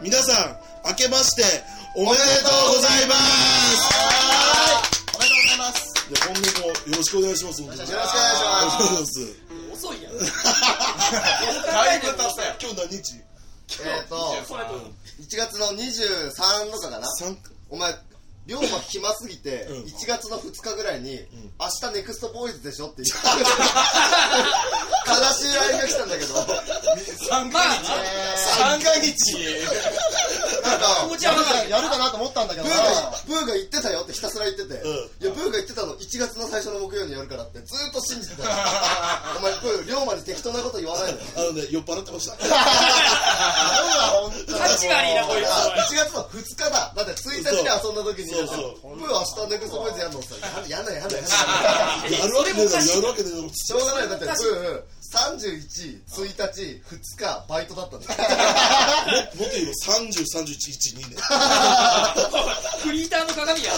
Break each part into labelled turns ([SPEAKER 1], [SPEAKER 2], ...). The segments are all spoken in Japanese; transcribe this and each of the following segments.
[SPEAKER 1] 皆さん明けましておめでとうございます
[SPEAKER 2] おめでとうございます
[SPEAKER 1] いや今後もよろしくお願いします本当に
[SPEAKER 2] よろしくお願いし
[SPEAKER 1] ありが
[SPEAKER 2] ま
[SPEAKER 1] とうございます
[SPEAKER 3] 遅いやん。
[SPEAKER 4] だいぶ経ったよ
[SPEAKER 1] 今日何日
[SPEAKER 2] すえっと
[SPEAKER 3] それとも
[SPEAKER 2] 1月の23とかかな
[SPEAKER 1] 三
[SPEAKER 2] お前龍馬暇すぎて
[SPEAKER 1] うん
[SPEAKER 2] 1月の2日ぐらいに「明日ネクストボーイズでしょ」って言って悲しい LINE が来たんだけど
[SPEAKER 4] 三回日三回日
[SPEAKER 2] なんか
[SPEAKER 3] 持ち
[SPEAKER 2] や
[SPEAKER 3] 上
[SPEAKER 2] る
[SPEAKER 3] がら
[SPEAKER 2] か
[SPEAKER 3] ない
[SPEAKER 2] やるかなと思ったんだけどなブーが言ってたよってひたすら言ってて、
[SPEAKER 1] ん
[SPEAKER 2] いやブーが言ってたの1月の最初の木曜にやるからってずーっと信じてたよお前ブー龍馬に適当なこと言わないのよ
[SPEAKER 1] あのね酔っ払ってま した
[SPEAKER 2] なんだ本当
[SPEAKER 3] 価値がありなこいつ
[SPEAKER 2] あ1月の2日だだって1日に遊んだ時に
[SPEAKER 1] そうそう
[SPEAKER 2] ブー明日ネクストボーイズやるのって言ったらやだやだやだ
[SPEAKER 1] やるわけねえだろやるわけねえだろ
[SPEAKER 2] しょうがないだってブー31、1日、2日、バイトだったんだよ。
[SPEAKER 1] もっと言えば三十三十一一 二ね
[SPEAKER 3] フリーターの鏡や。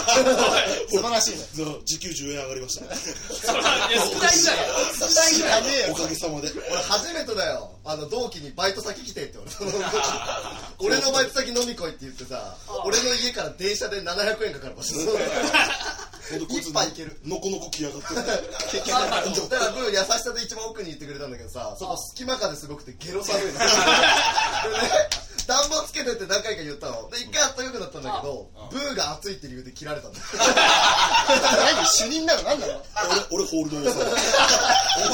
[SPEAKER 1] 素晴らしいね時給10円上がりました
[SPEAKER 3] そら、いや少ないぐらいや。少ないぐらい。
[SPEAKER 2] ねえ
[SPEAKER 1] お
[SPEAKER 2] よ。
[SPEAKER 1] かげさまで
[SPEAKER 2] 俺初めてだよ。あの、同期にバイト先来てって俺。 俺のバイト先飲み来いって言ってさ、俺の家から電車で700円かかる場所。
[SPEAKER 1] ほんとこつ
[SPEAKER 2] 一杯いける
[SPEAKER 1] のこのこ来やがって
[SPEAKER 2] 結局だからブー優しさで一番奥に行ってくれたんだけどさそこ隙間風すごくてゲロ寒いの でね暖房つけてって何回か言ったので一回あったかくなったんだけどブーが暑いって理由で切られたんだ何主任なの何なの
[SPEAKER 1] 俺俺ホールド王様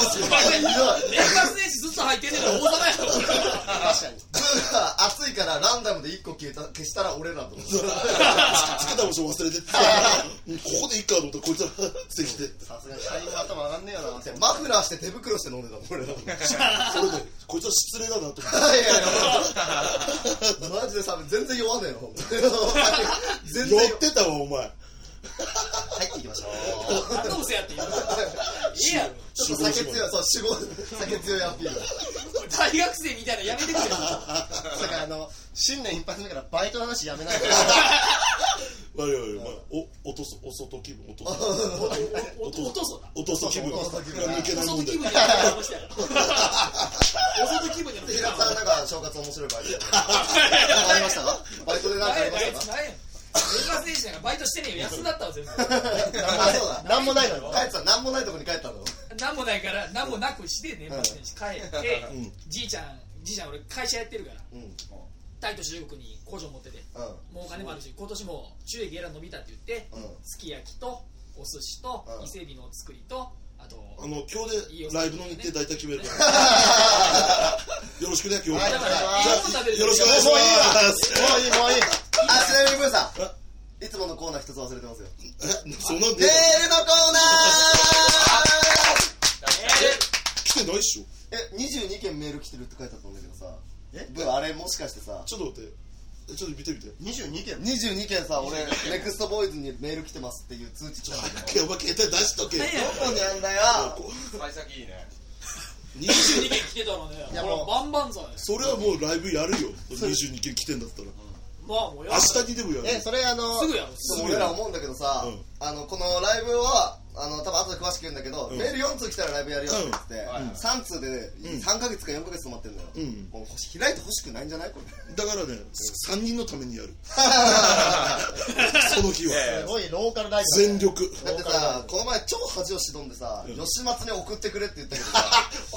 [SPEAKER 3] 年末年始ずっと入ってんねんから大 阪やろ。
[SPEAKER 2] 確かにブーが暑いからランダムで1個消えた消したら俺らと思って
[SPEAKER 1] つけた場所忘れてってうんここでいいかと思ったらこいつらせきて
[SPEAKER 2] さすがに社員の頭上がんねえよなマフラーして手袋して飲んでたもん俺らい
[SPEAKER 1] それでこいつは失礼だなと思って
[SPEAKER 2] やいやいやマジで寒い全然酔わねえよほ んと全然
[SPEAKER 1] 寄ってたわお前
[SPEAKER 2] 入っていきましょう
[SPEAKER 3] どうせやって言う。いや、
[SPEAKER 2] ちょっと酒強い、 そう、酒豪酒強いアピール。
[SPEAKER 3] 大学生みたいなのやめてくれよ。
[SPEAKER 2] だから、あの、新年一発目からバイトの話やめ ないで。
[SPEAKER 1] 悪い悪いお前お落とすお外気分落とす
[SPEAKER 3] おお父さんだ。
[SPEAKER 1] 落とす気分
[SPEAKER 2] お外気分
[SPEAKER 1] 抜け
[SPEAKER 3] お
[SPEAKER 1] ないも
[SPEAKER 3] 外
[SPEAKER 1] んで
[SPEAKER 3] 気分やったら面白いやろ。お外気分やった
[SPEAKER 2] 平
[SPEAKER 3] ら
[SPEAKER 2] 田さん、なんか、正月面白いバイト。ありましたかバイトでなんかありま
[SPEAKER 3] あ
[SPEAKER 2] し
[SPEAKER 3] い
[SPEAKER 2] た
[SPEAKER 3] つ
[SPEAKER 2] か
[SPEAKER 3] 何や年末年始なんかバイトしてねえよ休んだったわ全部
[SPEAKER 2] あ、そうだ。なんもないのよ。帰ってた、なんもないとこに帰ったの。
[SPEAKER 3] 何もないから何もなくして年末年始帰ってじいちゃんじいちゃん俺会社やってるから
[SPEAKER 2] うん。うん。
[SPEAKER 3] タイと中国に工場持っててもうお金もあるし今年も収益えらい伸びたって言って
[SPEAKER 2] うん
[SPEAKER 3] すき焼きとお寿司と
[SPEAKER 2] うん
[SPEAKER 3] 伊勢海老の作りとあと
[SPEAKER 1] あの今日でライブの日程大体決める からよろしくね今日
[SPEAKER 2] はい
[SPEAKER 3] だから
[SPEAKER 2] じゃあ
[SPEAKER 3] ええもん食べる
[SPEAKER 1] よろしくお願いし
[SPEAKER 2] もうい
[SPEAKER 1] ます
[SPEAKER 2] もういい、もういい。あ、ちなみにブーさん。いつものコーナー一つ忘れてますよ。
[SPEAKER 1] えそんな
[SPEAKER 2] メ
[SPEAKER 1] ね
[SPEAKER 2] ールのコーナ
[SPEAKER 1] 来
[SPEAKER 2] ー
[SPEAKER 1] てないっしょ
[SPEAKER 2] え、22件メール来てるって書いてあったんだけどさ。えブー、あれもしかしてさ。
[SPEAKER 1] ちょっと待ってえちょっと見てみて
[SPEAKER 2] 22件22件さ俺ネクストボーイズにメール来てますっていう通知来たんだけ
[SPEAKER 1] お前携帯出しとけ
[SPEAKER 3] 何や
[SPEAKER 2] どどこにあんだよ
[SPEAKER 4] 幸先いいね
[SPEAKER 3] 22件来てたのね
[SPEAKER 2] いや
[SPEAKER 3] ほら
[SPEAKER 2] もう
[SPEAKER 3] バンバンさね
[SPEAKER 1] それはもうライブやるよ22件来てんだったら
[SPEAKER 3] まあもうや
[SPEAKER 1] 明日にでもやる
[SPEAKER 5] えそれあの
[SPEAKER 3] すぐやろ
[SPEAKER 2] でも俺ら思うんだけどさ、
[SPEAKER 1] うん
[SPEAKER 2] あのこのライブはあの多分後で詳しく言うんだけど、
[SPEAKER 1] ん
[SPEAKER 2] メール4通来たらライブやるよって言って、
[SPEAKER 4] うんはい
[SPEAKER 2] 3通で3ヶ月か4ヶ月止まってんだよ、
[SPEAKER 1] うん
[SPEAKER 2] もう開いてほしくないんじゃないこれ
[SPEAKER 1] だからね3人のためにや るその日
[SPEAKER 4] え
[SPEAKER 1] は
[SPEAKER 5] すごいローカルライブ
[SPEAKER 1] 全力
[SPEAKER 2] だってさこの前超恥をしどんでさ、
[SPEAKER 1] ん
[SPEAKER 2] 吉松に送ってくれって言ったけどさ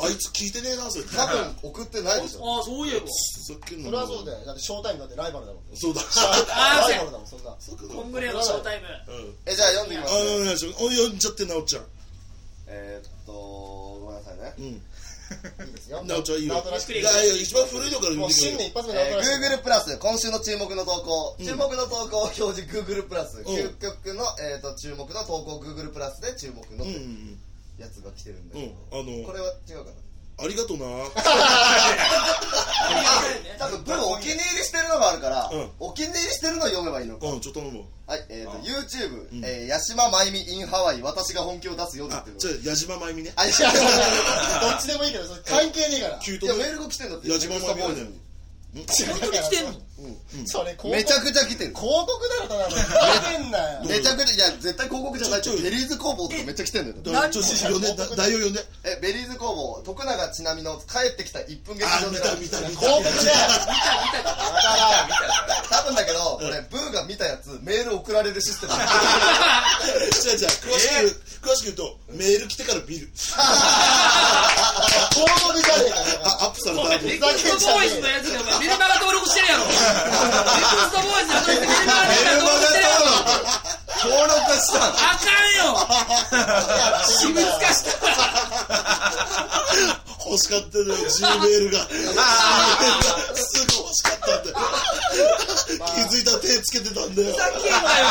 [SPEAKER 1] あいつ聞いてねえなそれ
[SPEAKER 2] 多分送ってないで しょ
[SPEAKER 3] ああそういえば
[SPEAKER 1] ふざけんな
[SPEAKER 5] それはそうだよだってショータイムだってライバルだもん
[SPEAKER 1] そうだ
[SPEAKER 3] あー
[SPEAKER 5] ライバルだもんそんな
[SPEAKER 1] そうだ
[SPEAKER 3] コングレアのショータイム
[SPEAKER 1] うん
[SPEAKER 2] えじゃあ読んでみま
[SPEAKER 1] あ
[SPEAKER 2] すね
[SPEAKER 1] お願いしますお読んじゃってなおちゃん
[SPEAKER 2] えー、っとごめんなさいね
[SPEAKER 1] うん
[SPEAKER 5] いいですよ
[SPEAKER 1] なおちゃんいいよ
[SPEAKER 5] ナオトらしく
[SPEAKER 1] いやいや一番古いのから
[SPEAKER 5] も
[SPEAKER 1] 読ん
[SPEAKER 5] う
[SPEAKER 1] でくれ
[SPEAKER 5] 新年一発目ナオ
[SPEAKER 2] え
[SPEAKER 5] ト
[SPEAKER 2] ー
[SPEAKER 5] らし く
[SPEAKER 2] Google プラス今週の注目の投稿、注目の投稿を表示 Google プラス、究極の、えー、と注目の投稿 Google プラスで注目の
[SPEAKER 1] うんうん
[SPEAKER 2] やつが来てるんだ
[SPEAKER 1] う
[SPEAKER 2] け
[SPEAKER 1] ん
[SPEAKER 2] ど、
[SPEAKER 1] あの
[SPEAKER 2] これは違うかな
[SPEAKER 1] ありが とうな
[SPEAKER 3] ありがたいね
[SPEAKER 2] 多分僕お気に入りしてるのがあるから、
[SPEAKER 1] うん
[SPEAKER 2] お気に入りしてるのを読めばいいのか、
[SPEAKER 1] うんちょっと頼むわ
[SPEAKER 2] はいえー、と YouTube、
[SPEAKER 1] ん
[SPEAKER 2] えー八島真由美 in ハワイ私が本気を出す夜っ
[SPEAKER 1] あ
[SPEAKER 2] ていう
[SPEAKER 1] じゃあ矢島真由美ね
[SPEAKER 2] あいや
[SPEAKER 5] どっちでもいいけどそれ関係ねえから
[SPEAKER 1] キュー
[SPEAKER 2] い
[SPEAKER 1] ト
[SPEAKER 2] や
[SPEAKER 1] の
[SPEAKER 2] メールが来てんだって
[SPEAKER 1] 矢島真由美だよ
[SPEAKER 2] に
[SPEAKER 3] 本当に来てんの
[SPEAKER 5] それ広告
[SPEAKER 2] めちゃくちゃ来てる。
[SPEAKER 5] 広告だろただのふざけんなよ
[SPEAKER 2] めちゃくちゃ、いや、絶対広告じゃないって、
[SPEAKER 1] ちょちょ
[SPEAKER 2] ベリーズ工房とかめっちゃ来てんだよ。
[SPEAKER 1] だからちょっと呼んでだ代表呼んで
[SPEAKER 2] え、ベリーズ工房、徳永ちなみの帰ってきた1分劇
[SPEAKER 1] あー
[SPEAKER 2] 場
[SPEAKER 1] 見
[SPEAKER 2] で。
[SPEAKER 1] た見た見た
[SPEAKER 5] 広告だよ
[SPEAKER 2] 多分だけど、これ、ブーが見たやつ、メール送られるシステム。
[SPEAKER 1] 違う違う詳しく言う詳しく言うとメール来てから見る
[SPEAKER 5] 広告じゃねえかよ
[SPEAKER 1] あアップされた
[SPEAKER 3] お
[SPEAKER 1] 後
[SPEAKER 3] 前レコードボーイズのやつがお前メルマガ登録してるやろレコードボーイズのやつメルマガ登録してるやろ
[SPEAKER 4] 登録した
[SPEAKER 3] あかんよ私物化したら
[SPEAKER 1] 欲しかったのよ G メールがすぐ欲しかったんだよ気づいたら手つけてたんだよ
[SPEAKER 3] ふざけんなよ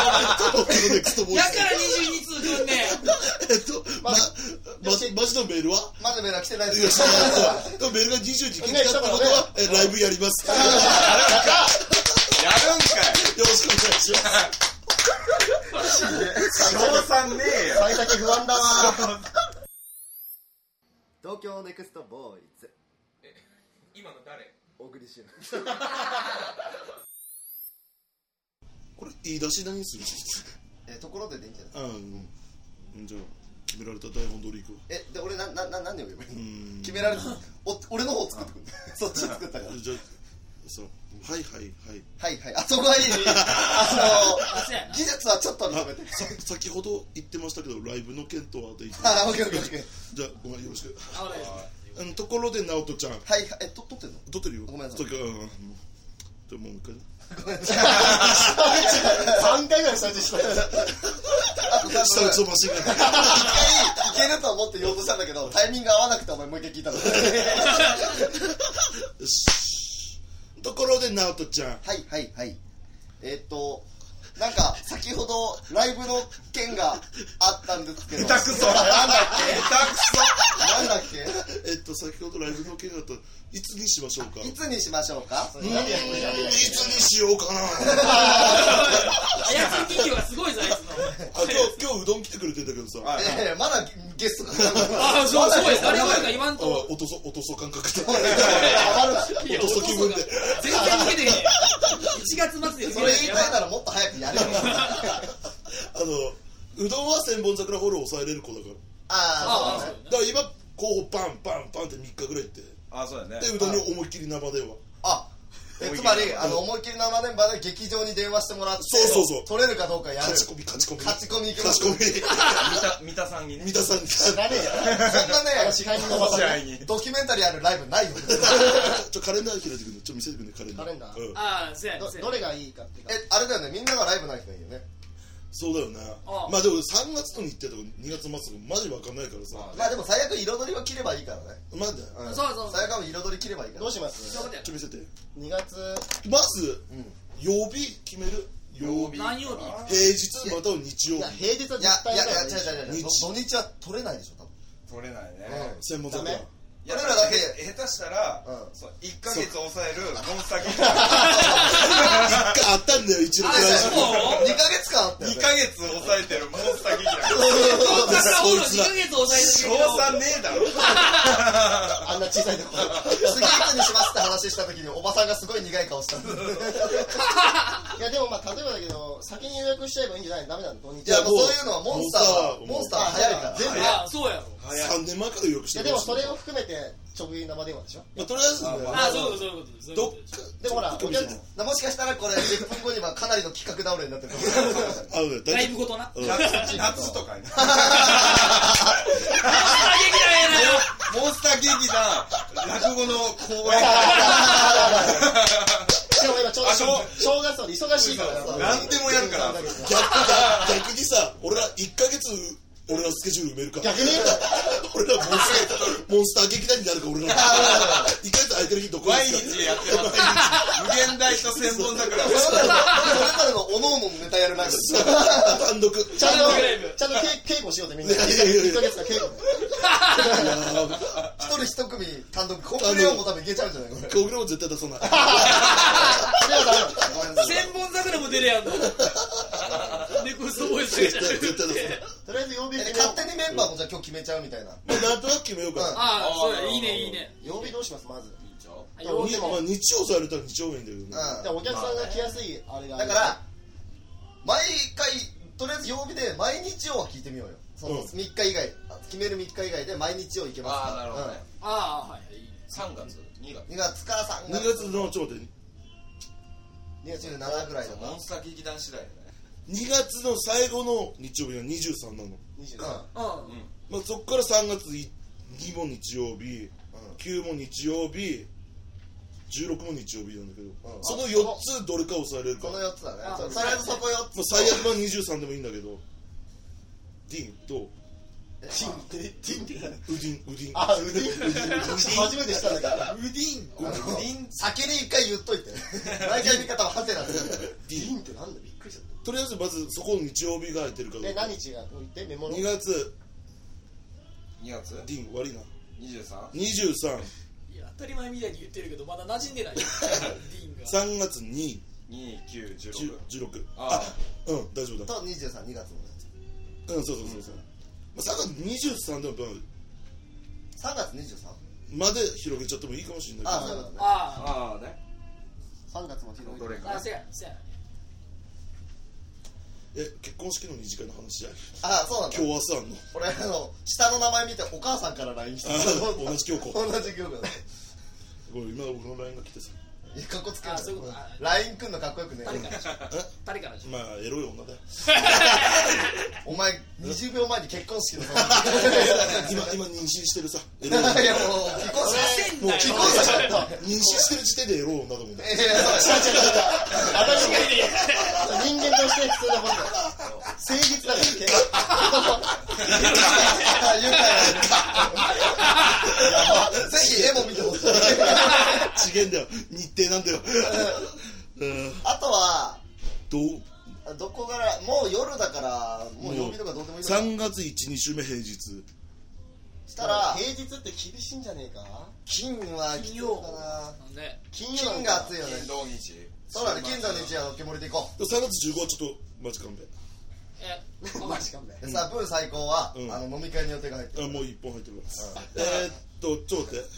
[SPEAKER 1] 東京のネクストボ
[SPEAKER 3] お
[SPEAKER 1] イ
[SPEAKER 3] 前だ
[SPEAKER 1] ス
[SPEAKER 3] から22通来んね
[SPEAKER 1] えっとままマジのメールは
[SPEAKER 2] まだメールは来てないで
[SPEAKER 1] い
[SPEAKER 2] す
[SPEAKER 1] や
[SPEAKER 2] よ。
[SPEAKER 1] 知らないですよメールが20時来たってことはえライブやります
[SPEAKER 4] やるんかい
[SPEAKER 1] よろしくお願いします
[SPEAKER 4] 賞賛ねえよ
[SPEAKER 5] 幸先不安だわ
[SPEAKER 2] 東京ネクストボーイズ。
[SPEAKER 6] 今の誰
[SPEAKER 2] 小栗旬。
[SPEAKER 1] これ言い出し何にする
[SPEAKER 2] え、ところででいいんじゃない
[SPEAKER 1] うんうんじゃあ決められた台本通り行こう
[SPEAKER 2] え、で、俺、な、な、な、何で呼べばいいうの
[SPEAKER 1] ん
[SPEAKER 2] 決められた。お、俺の方作って くる。そっち作ったから。
[SPEAKER 1] じゃあそうはいはいはい
[SPEAKER 2] はいはい。あそこはい い。あ
[SPEAKER 3] そうや
[SPEAKER 2] の、
[SPEAKER 3] な
[SPEAKER 2] 技術はちょっと認めて。
[SPEAKER 1] さ先ほど言ってましたけどライブの件とはあと一
[SPEAKER 2] あ、オッケーオッケーオッケー。
[SPEAKER 1] じゃあごめんよろしく
[SPEAKER 3] あ俺
[SPEAKER 1] あのところで直人ちゃん
[SPEAKER 2] はいはい。え、と、撮ってんの
[SPEAKER 1] 撮ってるよ
[SPEAKER 2] ごめんなさい
[SPEAKER 1] 時うんうんじゃあもう一回ね
[SPEAKER 5] 3回ぐらい下地したよ
[SPEAKER 1] 下打ちのマシンが
[SPEAKER 2] いけると思って要望したんだけど、タイミング合わなくてお前もう一回聞いたの。
[SPEAKER 1] よしところで直人ちゃん
[SPEAKER 2] はいはいはいえーっとなんか先ほどライブの件があったんですけど
[SPEAKER 4] 下手くそなんだっけ下手くそ
[SPEAKER 2] なんだっ
[SPEAKER 1] え
[SPEAKER 2] け
[SPEAKER 1] っと先ほどライブの件があったいつにしましょうか
[SPEAKER 2] いつにしましょうか
[SPEAKER 1] うーんいつにしようかな
[SPEAKER 3] 操り企業はすごいぞあいつの
[SPEAKER 1] あ今日今日うどん来てくれてたけどさ
[SPEAKER 4] はい
[SPEAKER 2] えーまだゲスト
[SPEAKER 3] あそうすごい誰が
[SPEAKER 2] まだ
[SPEAKER 3] か言わん
[SPEAKER 1] あ
[SPEAKER 3] と
[SPEAKER 1] 落とそ落とそ感覚で
[SPEAKER 2] 黙
[SPEAKER 1] 落と
[SPEAKER 2] る
[SPEAKER 1] そ気分で
[SPEAKER 3] 全然抜けてへん1月末で
[SPEAKER 2] それ言いたいならもっと早くやれよ
[SPEAKER 1] あのうどんは千本桜ホールを抑えれる子だから
[SPEAKER 2] ああそうだ
[SPEAKER 1] だか
[SPEAKER 2] ね
[SPEAKER 1] ら今候補バンバンバンって3日ぐらい行ってで
[SPEAKER 4] あそうだね
[SPEAKER 1] うどんに思いっきり生電話
[SPEAKER 2] あえつまりあの思いっきり生電話で劇場に電話してもらって
[SPEAKER 1] そうそうそう
[SPEAKER 2] 取れるかどうかやる
[SPEAKER 1] 勝ち込み勝ち込み
[SPEAKER 2] 勝ち込みいきま
[SPEAKER 1] 勝
[SPEAKER 2] す
[SPEAKER 1] ち込み
[SPEAKER 4] 三田さんにね
[SPEAKER 1] 三田さん
[SPEAKER 5] 知 らねえ
[SPEAKER 2] そんなね
[SPEAKER 5] よ支配人の
[SPEAKER 4] 試合に
[SPEAKER 2] ドキュメンタリーあるライブないよ
[SPEAKER 1] ちょカレンダー開いてくんのちょ見せてくんねカレンダー
[SPEAKER 5] カレンダー
[SPEAKER 1] うん、
[SPEAKER 3] ああそうや
[SPEAKER 5] ど
[SPEAKER 3] そうや
[SPEAKER 5] どれがいいかっていうか
[SPEAKER 2] えあれだよねみんながライブない人がいいよね
[SPEAKER 1] そうだよね
[SPEAKER 3] ああ
[SPEAKER 1] まあでも3月の日程とか2月末とかマジわかんないからさ
[SPEAKER 2] まあでも最悪彩りは切ればいいからね、
[SPEAKER 1] まあね
[SPEAKER 2] う
[SPEAKER 3] そうそうそう
[SPEAKER 2] 最悪は彩り切ればいいから
[SPEAKER 5] どうします
[SPEAKER 3] そうだよ
[SPEAKER 1] ちょ見せて
[SPEAKER 5] 2月
[SPEAKER 1] まず、曜日決める曜日
[SPEAKER 3] 何曜日
[SPEAKER 1] 平日または日曜
[SPEAKER 5] いや
[SPEAKER 1] 日
[SPEAKER 5] 平日は
[SPEAKER 2] や
[SPEAKER 5] 絶
[SPEAKER 2] い
[SPEAKER 5] 対
[SPEAKER 2] や
[SPEAKER 5] だか
[SPEAKER 2] い
[SPEAKER 5] ら
[SPEAKER 2] や
[SPEAKER 5] ね
[SPEAKER 2] 違う違う違う
[SPEAKER 1] 日
[SPEAKER 2] 土日は取れないでしょ多分
[SPEAKER 4] 取れないね
[SPEAKER 1] 専門
[SPEAKER 5] ダ
[SPEAKER 1] 桜
[SPEAKER 5] メ
[SPEAKER 4] いや
[SPEAKER 2] 俺らだけ
[SPEAKER 4] 下手したら
[SPEAKER 2] うん
[SPEAKER 4] そう1ヶ月抑えるモンスターゲー
[SPEAKER 1] 一回あったんだよ一度
[SPEAKER 3] あ
[SPEAKER 1] くらい
[SPEAKER 3] そ
[SPEAKER 2] 2
[SPEAKER 3] う
[SPEAKER 2] ヶ月間あったよ、
[SPEAKER 4] ム2
[SPEAKER 2] ね、
[SPEAKER 4] ヶ月抑えてるモンスター劇団
[SPEAKER 3] こっからおる2ヶ月抑
[SPEAKER 4] 賞
[SPEAKER 3] えて
[SPEAKER 4] 賛ねえだろ
[SPEAKER 5] あんな小さいところ
[SPEAKER 2] 次いつにしますって話した時におばさんがすごい苦い顔したんで
[SPEAKER 5] いやでもまあ例えばだけど先に予約しちゃえばいいんじゃないダメなの土日
[SPEAKER 2] いやも
[SPEAKER 5] は
[SPEAKER 2] うそういうのはモンスターは
[SPEAKER 1] モ
[SPEAKER 2] モ
[SPEAKER 1] ン
[SPEAKER 2] ン
[SPEAKER 1] ス
[SPEAKER 2] ス
[SPEAKER 1] タ
[SPEAKER 2] タ
[SPEAKER 1] ー
[SPEAKER 2] ーは早いから
[SPEAKER 4] 全部
[SPEAKER 3] ああそうやろ
[SPEAKER 1] 3年前から予約し
[SPEAKER 5] い
[SPEAKER 1] て
[SPEAKER 5] やでもそれを含めて直撃生電話でしょ
[SPEAKER 1] まあ、とりあえずね
[SPEAKER 4] ま
[SPEAKER 3] ああそういうことそういうことそういう
[SPEAKER 1] どっか
[SPEAKER 3] こと
[SPEAKER 5] でもほら
[SPEAKER 1] ちょっと見せて
[SPEAKER 5] お客
[SPEAKER 2] なもしかしたらこれ1分後にはかなりの企画倒れになってる
[SPEAKER 1] あ
[SPEAKER 2] そ
[SPEAKER 1] のね
[SPEAKER 3] ライ
[SPEAKER 1] 大
[SPEAKER 3] ブ
[SPEAKER 1] 丈
[SPEAKER 3] ごとな
[SPEAKER 1] 夫うん
[SPEAKER 4] 夏夏とかに
[SPEAKER 3] モンスター劇団やなよ
[SPEAKER 4] モンスター劇団落語の公演
[SPEAKER 5] でも今ちょうど
[SPEAKER 4] あそう
[SPEAKER 5] 正月なので忙しいから
[SPEAKER 4] そう何でもやるから
[SPEAKER 5] 逆に
[SPEAKER 1] 逆に逆にさ俺ら1ヶ月俺らスケジュール埋めるから 俺らモンスターモンスター劇団になるから俺ら1ヶ月空いてる日どこ
[SPEAKER 4] 毎
[SPEAKER 1] ですか
[SPEAKER 4] 日やってます無限大と千本桜
[SPEAKER 2] れぞれ のおのおのネタやるな
[SPEAKER 1] 単独
[SPEAKER 5] ちゃんと
[SPEAKER 3] グレーブ
[SPEAKER 5] ちゃんと稽稽古しようってみんな1ヶ
[SPEAKER 1] いやいやいや
[SPEAKER 5] 月間稽古
[SPEAKER 2] 一人一組単独コンプレオンも多分いけちゃうんじゃないこれ
[SPEAKER 1] 小倉も絶対出さない
[SPEAKER 5] それはダメなの
[SPEAKER 2] ごめんなさい
[SPEAKER 3] 千本桜も出るやんの
[SPEAKER 1] だ
[SPEAKER 3] ネクストボーイズだけじ
[SPEAKER 1] 絶
[SPEAKER 3] ゃ
[SPEAKER 1] 対絶
[SPEAKER 3] なくて
[SPEAKER 1] 対出すな
[SPEAKER 5] とりあえず曜日
[SPEAKER 2] え
[SPEAKER 5] 決めよ
[SPEAKER 2] 勝手にメンバーもじゃあ今日決めちゃうみたいな
[SPEAKER 1] まあなんとなく決めようか
[SPEAKER 3] ああそうだいいねいいね
[SPEAKER 5] う曜日どうしますまず
[SPEAKER 4] いいんちゃう
[SPEAKER 5] あ曜
[SPEAKER 1] に
[SPEAKER 5] 日
[SPEAKER 1] まあ
[SPEAKER 5] も
[SPEAKER 1] 日曜されたら日曜面だけどね
[SPEAKER 2] うん
[SPEAKER 5] じゃあお客さんが来やすいあれがあ
[SPEAKER 2] だ
[SPEAKER 5] る
[SPEAKER 2] から毎回とりあえず曜日で毎日を聞いてみようよその
[SPEAKER 1] うん
[SPEAKER 2] 3日以外あ決める3日以外で毎日をいけますか
[SPEAKER 4] ああなるほどね
[SPEAKER 3] ああはいいいね
[SPEAKER 4] 3月2月
[SPEAKER 2] うん2月から3
[SPEAKER 1] 2月のちょっと待って
[SPEAKER 2] 2月27ぐらいだな
[SPEAKER 4] モンスター劇団次第だね
[SPEAKER 1] 2月の最後の日曜日が23なの
[SPEAKER 5] 27
[SPEAKER 3] うん
[SPEAKER 1] まあそこから3月2も日曜日
[SPEAKER 2] うん
[SPEAKER 1] 9も日曜日16も日曜日なんだけど
[SPEAKER 2] うん
[SPEAKER 1] その4つどれか抑えれるか
[SPEAKER 2] この
[SPEAKER 1] まあ
[SPEAKER 2] 4つだね
[SPEAKER 3] あ
[SPEAKER 2] とりあえずそこ4つ
[SPEAKER 1] 最悪は23でもいいんだけどディーンと
[SPEAKER 5] ティンティンティンって
[SPEAKER 1] ウディンウディン
[SPEAKER 5] あウディンウディン初めてしたんだ から
[SPEAKER 4] ウディン
[SPEAKER 2] あの
[SPEAKER 4] ウディン
[SPEAKER 2] 先に一回言っといて毎回見方はハテナで
[SPEAKER 5] ディンってなんだびっくりしちゃっ
[SPEAKER 1] とりあえずまずそこの日曜日が空いてるか
[SPEAKER 5] たで
[SPEAKER 1] ら
[SPEAKER 5] 何日が置いてメモの
[SPEAKER 1] 2月
[SPEAKER 4] 2月
[SPEAKER 1] ディーン悪いな
[SPEAKER 4] 23?
[SPEAKER 1] 233
[SPEAKER 3] いや当たり前みたいに言ってるけどまだ馴染んでないディーンが
[SPEAKER 1] 月2
[SPEAKER 4] 2、9、16
[SPEAKER 1] 16
[SPEAKER 4] あ
[SPEAKER 1] あうん大丈夫だ
[SPEAKER 2] と232月のね
[SPEAKER 1] うんそうそうそうそう、まあ、3月23でもまあ
[SPEAKER 2] 3月 23?
[SPEAKER 1] まで広げちゃってもいいかもしれない
[SPEAKER 2] あ
[SPEAKER 1] け
[SPEAKER 2] そう
[SPEAKER 1] ど
[SPEAKER 2] だね
[SPEAKER 3] あ
[SPEAKER 4] ああね
[SPEAKER 5] 3月も広い
[SPEAKER 4] どれ
[SPEAKER 3] ああ
[SPEAKER 4] か
[SPEAKER 3] あせやせや
[SPEAKER 1] え結婚式の二次会の話や
[SPEAKER 2] あそうなんだ
[SPEAKER 1] 今日明日あんの
[SPEAKER 2] 俺あの下の名前見てお母さんから LINE して
[SPEAKER 1] あ 同じ教皇
[SPEAKER 2] 同じ教皇だ
[SPEAKER 1] これ今僕の LINE が来てさ
[SPEAKER 2] いやかっこつけん
[SPEAKER 3] あ
[SPEAKER 2] な
[SPEAKER 3] そういうことあ
[SPEAKER 2] LINE くんのかっこよくね
[SPEAKER 3] 誰からでしょ誰からでしょ
[SPEAKER 1] まあエロい 女だよ
[SPEAKER 2] お前20秒前に結婚式の
[SPEAKER 1] 今今妊娠してるさエロい女
[SPEAKER 2] いやもう既婚 者
[SPEAKER 3] せんだ
[SPEAKER 2] 既婚者
[SPEAKER 3] よ
[SPEAKER 2] だった
[SPEAKER 1] 妊娠してる時点でエロい女だもんね
[SPEAKER 2] えー
[SPEAKER 5] あ確かに人間として普通の本だよ誠実だから
[SPEAKER 2] あ愉快な やばぜひ絵も見てほしい
[SPEAKER 1] 違えんだよ日程なんだよ うん
[SPEAKER 2] あとは
[SPEAKER 1] どう
[SPEAKER 2] どこからもう夜だからもう曜日とかどうでもいいから
[SPEAKER 1] 3月12週目平日
[SPEAKER 2] したら
[SPEAKER 5] 平日って厳しいんじゃねえか
[SPEAKER 2] 金は
[SPEAKER 3] 金
[SPEAKER 2] 金
[SPEAKER 3] 曜
[SPEAKER 2] 曜かな
[SPEAKER 3] ね
[SPEAKER 5] 金曜
[SPEAKER 2] 金が熱いよね
[SPEAKER 4] 金土日
[SPEAKER 2] そうだね金土日は煙でいこ
[SPEAKER 1] 3月15はちょっとマジ勘弁
[SPEAKER 3] え
[SPEAKER 5] マジかんだよ
[SPEAKER 2] うでさあブー最高は
[SPEAKER 1] うん
[SPEAKER 2] あの飲み会に予定が入って
[SPEAKER 1] あ
[SPEAKER 2] る
[SPEAKER 1] もう一本入ってるからえーっとちょっと待って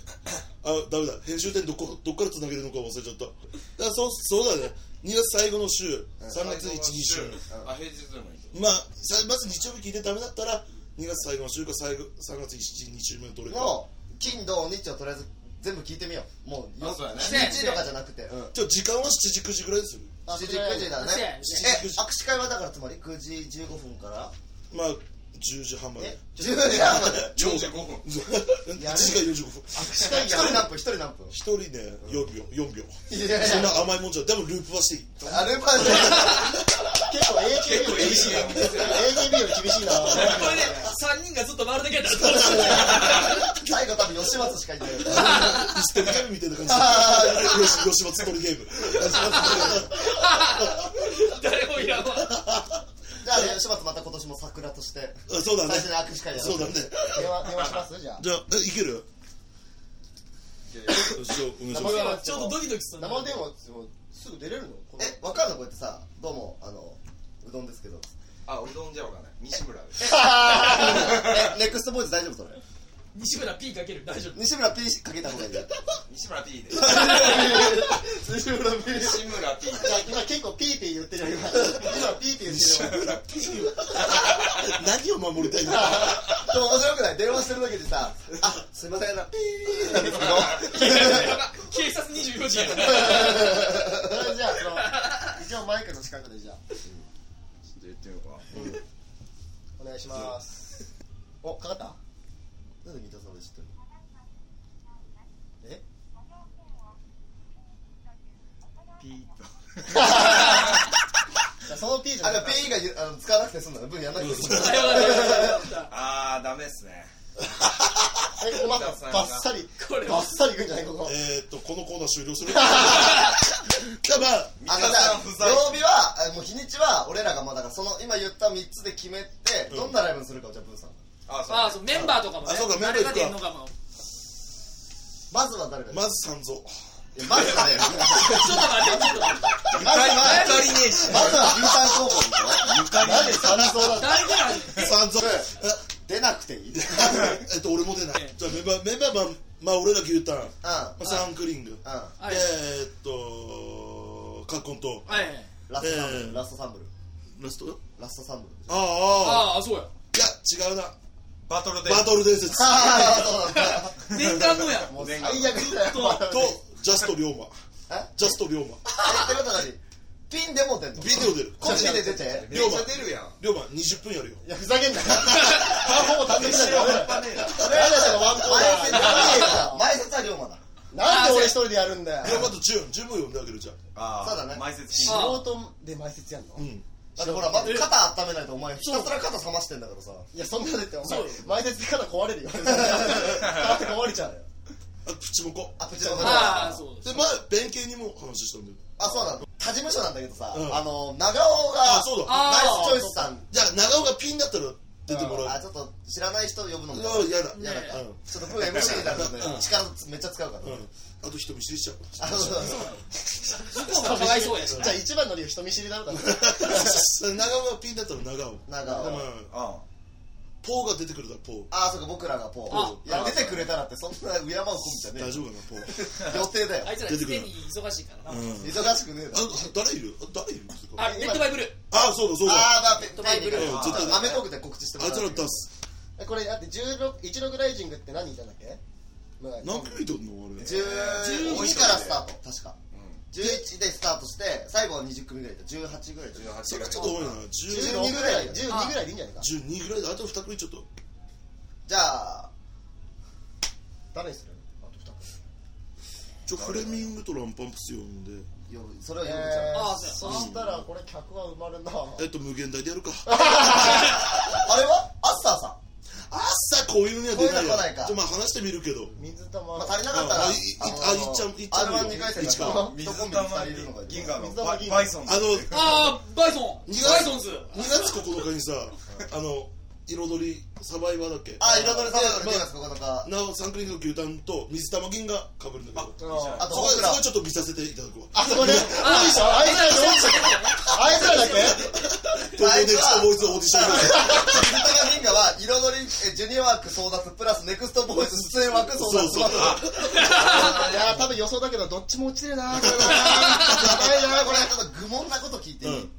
[SPEAKER 1] あダメだ編集点どこどっからつなげるのか忘れちゃっただからそうそうだね2月最後の週3月12週
[SPEAKER 4] あ平日でもいいけ
[SPEAKER 1] まあさまず日曜日聞いてダメだったら2月最後の週か最後3月12週目のどれか
[SPEAKER 2] の金土日をとりあえず全部聞いてみようもう
[SPEAKER 4] あそうだね
[SPEAKER 2] 日とかじゃなくてうん
[SPEAKER 1] ちょ時間は7時9時ぐらいですよ
[SPEAKER 2] 7時9時だね
[SPEAKER 3] そうや
[SPEAKER 2] え
[SPEAKER 3] ね
[SPEAKER 2] 握手会はだからつまり9時15分から
[SPEAKER 1] まあ10時半まで
[SPEAKER 2] え10時半まで
[SPEAKER 4] ど45分
[SPEAKER 1] 1時間45分
[SPEAKER 2] 握手会やる何分一人何分
[SPEAKER 1] 1人ね4秒4秒
[SPEAKER 2] いやいや
[SPEAKER 1] そんな甘いもんじゃでもループはしていい
[SPEAKER 2] あれまで
[SPEAKER 5] 結構 AKB も厳しいな AKB も厳しいな
[SPEAKER 3] これね3人がずっと回るだけやったら
[SPEAKER 2] 最後多分吉松しかいないよ
[SPEAKER 1] イステルゲームみたいな感じで吉吉松鳥ゲーム
[SPEAKER 3] 誰もいらんわ
[SPEAKER 2] じゃあ吉松また今年も桜として
[SPEAKER 1] あそうだ
[SPEAKER 2] 最
[SPEAKER 1] ね
[SPEAKER 2] 初に握手会やる
[SPEAKER 1] そうだね
[SPEAKER 5] 電話電話しますじゃあ
[SPEAKER 1] じゃあえいけるじゃあお願いしま
[SPEAKER 5] う
[SPEAKER 1] す
[SPEAKER 5] わ
[SPEAKER 3] ちょっとドキドキする
[SPEAKER 5] 生電話ってもうすぐ出れるのこの
[SPEAKER 2] えわかるのこうやってさどうもあのうどんですけど
[SPEAKER 4] あうどんじゃわかんない西村です
[SPEAKER 2] えネクストボーイズ大丈夫それ
[SPEAKER 3] 西村 P かける大 丈夫
[SPEAKER 2] 西村 P かけた方がいいよ
[SPEAKER 4] 西村 P で
[SPEAKER 2] 西村 P
[SPEAKER 4] 西村 P
[SPEAKER 5] じゃあ今結構ピーピー言ってるよ今今ピーピー言ってるよ
[SPEAKER 1] 何を守りたいんだ
[SPEAKER 2] でも面白くない電話してる時にさ「あすいませんなピー」なんですけど
[SPEAKER 3] やば警察24時やな
[SPEAKER 5] それじゃあその一応マイクの近くでじゃあ
[SPEAKER 4] 言ってみようか
[SPEAKER 5] お願いしますおかかった
[SPEAKER 2] なんで三田さんで知ってる
[SPEAKER 5] えピーじゃあそのピーじゃ
[SPEAKER 2] あ
[SPEAKER 5] な
[SPEAKER 2] れ
[SPEAKER 5] い
[SPEAKER 2] P がゆあの使わなくて済んだの分やんなくて済んだ
[SPEAKER 3] あよかったよかっ
[SPEAKER 4] ああダメっすね
[SPEAKER 5] えここまたバッサリ
[SPEAKER 3] たこれ
[SPEAKER 5] バッサリいくんじゃないこ こ
[SPEAKER 1] えーっとこのコーナー終了する じゃあまあ
[SPEAKER 2] あ
[SPEAKER 4] 三
[SPEAKER 2] の
[SPEAKER 4] 田
[SPEAKER 2] じゃ
[SPEAKER 4] さ
[SPEAKER 2] あ
[SPEAKER 4] ん不在
[SPEAKER 2] 曜日はあもう日にちは俺らがまあだからその今言った3つで決めてどんなライブにするかをじゃあブーさん
[SPEAKER 4] あそう
[SPEAKER 3] ああそうメンバーとかもね
[SPEAKER 1] あそうかメンバー
[SPEAKER 3] 誰が出んのかも
[SPEAKER 2] まずは誰か
[SPEAKER 1] まず三蔵
[SPEAKER 2] いやまずはね、
[SPEAKER 3] ちょっと待って、ちょっと待って。
[SPEAKER 2] まずは、
[SPEAKER 4] りねえし。
[SPEAKER 2] まずは牛タン工房でしょ
[SPEAKER 5] なんで三蔵だっ
[SPEAKER 3] 誰から
[SPEAKER 1] 三蔵
[SPEAKER 2] 出なくていい。
[SPEAKER 1] えっと俺も出ないじゃあメンバーメンバーはまあ俺ら牛タン
[SPEAKER 2] うん。う
[SPEAKER 1] まあサンクリング
[SPEAKER 2] ん。
[SPEAKER 3] はい。
[SPEAKER 1] えーっとカッコンと
[SPEAKER 3] はい。
[SPEAKER 2] ラストサンブ
[SPEAKER 1] えー
[SPEAKER 2] ル、ラストサンブル。
[SPEAKER 1] ラスト
[SPEAKER 2] ラストサンブル。
[SPEAKER 1] ああああ
[SPEAKER 3] ああ、そうや。
[SPEAKER 1] いや違うな
[SPEAKER 4] バトルで。
[SPEAKER 1] バトル伝説
[SPEAKER 2] ああ、そうだった。
[SPEAKER 3] 年間後や。
[SPEAKER 2] もう最悪だよ。
[SPEAKER 1] とジャスト龍馬
[SPEAKER 2] え
[SPEAKER 1] ジャスト龍馬
[SPEAKER 2] えってことは何ピンでも出んの
[SPEAKER 1] ビデオ出る
[SPEAKER 2] コンビで出て
[SPEAKER 4] めっちゃ出るやん。
[SPEAKER 1] 龍馬20分やるよ
[SPEAKER 5] けいや、ふざけんな。半 方単独しないとダメだよ。
[SPEAKER 4] 半端ねえな。
[SPEAKER 5] 誰だったらワンコ
[SPEAKER 2] 前説
[SPEAKER 5] ー
[SPEAKER 2] は前説は龍馬だ
[SPEAKER 5] ナー。なんで俺一人でやるんだよ。
[SPEAKER 1] 龍馬とジュンジュンも呼んであげるじゃん
[SPEAKER 4] あ
[SPEAKER 2] そうだね
[SPEAKER 4] 前説
[SPEAKER 3] あ
[SPEAKER 5] 素人で埋設やんの
[SPEAKER 1] うん
[SPEAKER 2] だってほらまず肩温めないとお前ひたすら肩冷ましてんだからさ
[SPEAKER 5] いや、そんなのだって、お前
[SPEAKER 3] そう、
[SPEAKER 5] 埋設で肩壊れるよ。肩壊れちゃうよ。
[SPEAKER 1] あプチモコ
[SPEAKER 2] あプチのこと
[SPEAKER 3] ああ、
[SPEAKER 2] あ
[SPEAKER 3] そうです。
[SPEAKER 1] で前弁慶にも話したんだよ
[SPEAKER 2] そうなんだ他事務所なんだけどさ
[SPEAKER 1] うん
[SPEAKER 2] あの長尾が
[SPEAKER 1] あそうだ
[SPEAKER 3] あ
[SPEAKER 2] ナイスチョイスさん
[SPEAKER 1] じゃあ長尾がピンだったら出てもら
[SPEAKER 2] あ
[SPEAKER 1] う
[SPEAKER 2] ちょっと知らない人呼ぶのも
[SPEAKER 1] あ嫌だ
[SPEAKER 2] 嫌だから
[SPEAKER 1] うん
[SPEAKER 2] ちょっとプー MC になるとね
[SPEAKER 1] うん
[SPEAKER 2] 力めっちゃ使うから
[SPEAKER 1] うんあと人見知りしちゃう
[SPEAKER 2] あそうそう
[SPEAKER 3] 向こうがかわいそうやし
[SPEAKER 5] じ
[SPEAKER 3] な
[SPEAKER 5] ゃあ一番の理由人見知りだろうだろ。
[SPEAKER 1] 長尾がピンだったら長尾
[SPEAKER 2] 長尾
[SPEAKER 1] うん
[SPEAKER 4] あ
[SPEAKER 1] ポーが出てくるだポー
[SPEAKER 2] あそうか僕らがポ
[SPEAKER 3] あ
[SPEAKER 2] ーいや出てくれたらってそんな敬うコンビじゃね
[SPEAKER 1] 大丈夫かなポー
[SPEAKER 2] え予定だよ
[SPEAKER 3] あいつら常に忙しいからな。
[SPEAKER 1] うん
[SPEAKER 2] 忙しくねえだ
[SPEAKER 1] あ
[SPEAKER 2] ろ
[SPEAKER 1] 誰いるあ誰いる
[SPEAKER 3] あ、ネットバイブルー。
[SPEAKER 1] あそうだそうだ
[SPEAKER 2] ああだって
[SPEAKER 3] トマイブル
[SPEAKER 1] う
[SPEAKER 3] ー
[SPEAKER 1] ん絶対
[SPEAKER 2] アメトークで告知しても
[SPEAKER 1] あい
[SPEAKER 2] ら
[SPEAKER 1] つら
[SPEAKER 2] う
[SPEAKER 1] 出す
[SPEAKER 5] えこれ、だって16、16ライジングって何いたんだっけ
[SPEAKER 1] 何組いとんのあれ
[SPEAKER 2] 12からスタート確か
[SPEAKER 4] う
[SPEAKER 2] 11でスタートして最後は20組ぐらいだ18ぐらいだ
[SPEAKER 4] ん。18
[SPEAKER 1] それ
[SPEAKER 4] ぐらい
[SPEAKER 1] ちょっと多いな
[SPEAKER 5] 12
[SPEAKER 1] 10
[SPEAKER 5] ぐらい、12ぐらいでいいんじゃないか。
[SPEAKER 1] 12ぐらいであと2組ちょっと
[SPEAKER 2] じゃあ
[SPEAKER 5] 誰にする
[SPEAKER 1] ちょフレミングとランパンプス呼んで
[SPEAKER 2] 呼ぶそれを
[SPEAKER 5] え
[SPEAKER 2] 呼ぶじゃん
[SPEAKER 5] ー
[SPEAKER 3] あそう
[SPEAKER 5] そ
[SPEAKER 3] や
[SPEAKER 5] したらこれ客は埋まるな。
[SPEAKER 1] えっと無限大でやるか
[SPEAKER 2] あれはアッサーさ
[SPEAKER 1] 朝こういうのは出ないよ
[SPEAKER 2] こういうの来ないか
[SPEAKER 1] ちょまあ話してみるけど
[SPEAKER 5] 水玉。
[SPEAKER 2] んまあ足りなかったら
[SPEAKER 1] あいいあいっちゃんいっちゃん
[SPEAKER 2] R12 回戦
[SPEAKER 1] いっちゃ
[SPEAKER 2] だ
[SPEAKER 1] ん
[SPEAKER 2] から一コン
[SPEAKER 4] 水
[SPEAKER 2] ビに2
[SPEAKER 4] 玉
[SPEAKER 2] 人いるのが
[SPEAKER 4] 銀河の
[SPEAKER 5] 水玉
[SPEAKER 4] バ
[SPEAKER 5] 銀
[SPEAKER 4] バ
[SPEAKER 5] 河
[SPEAKER 4] イソンズ
[SPEAKER 1] あの
[SPEAKER 3] あー、バイソン。
[SPEAKER 1] 二
[SPEAKER 3] バイソンズ。
[SPEAKER 1] 2月9日にさあの彩りサバイバーだっけ
[SPEAKER 2] あ彩りさんだか
[SPEAKER 1] で
[SPEAKER 2] ら2月9日
[SPEAKER 1] なおサンクリングの牛タンと水玉銀が被るんだけど
[SPEAKER 5] うん
[SPEAKER 2] あと
[SPEAKER 1] そこ
[SPEAKER 2] 僕
[SPEAKER 1] そ
[SPEAKER 2] ら
[SPEAKER 1] こはちょっと見させていただくわ
[SPEAKER 5] あそこね。あいつらのオーディション。あいつら だっけ
[SPEAKER 1] 東京ネクストボーイズオーディション
[SPEAKER 2] 水玉銀河は彩りえジュニア枠争奪プラスネクストボーイズ出演枠争奪
[SPEAKER 1] そうそう
[SPEAKER 2] あ
[SPEAKER 5] いやー、多分予想だけど、どっちも落ちて るなーこれ
[SPEAKER 2] や
[SPEAKER 5] な
[SPEAKER 2] ばいなこれちょっと愚問なこと聞いていい、
[SPEAKER 1] うん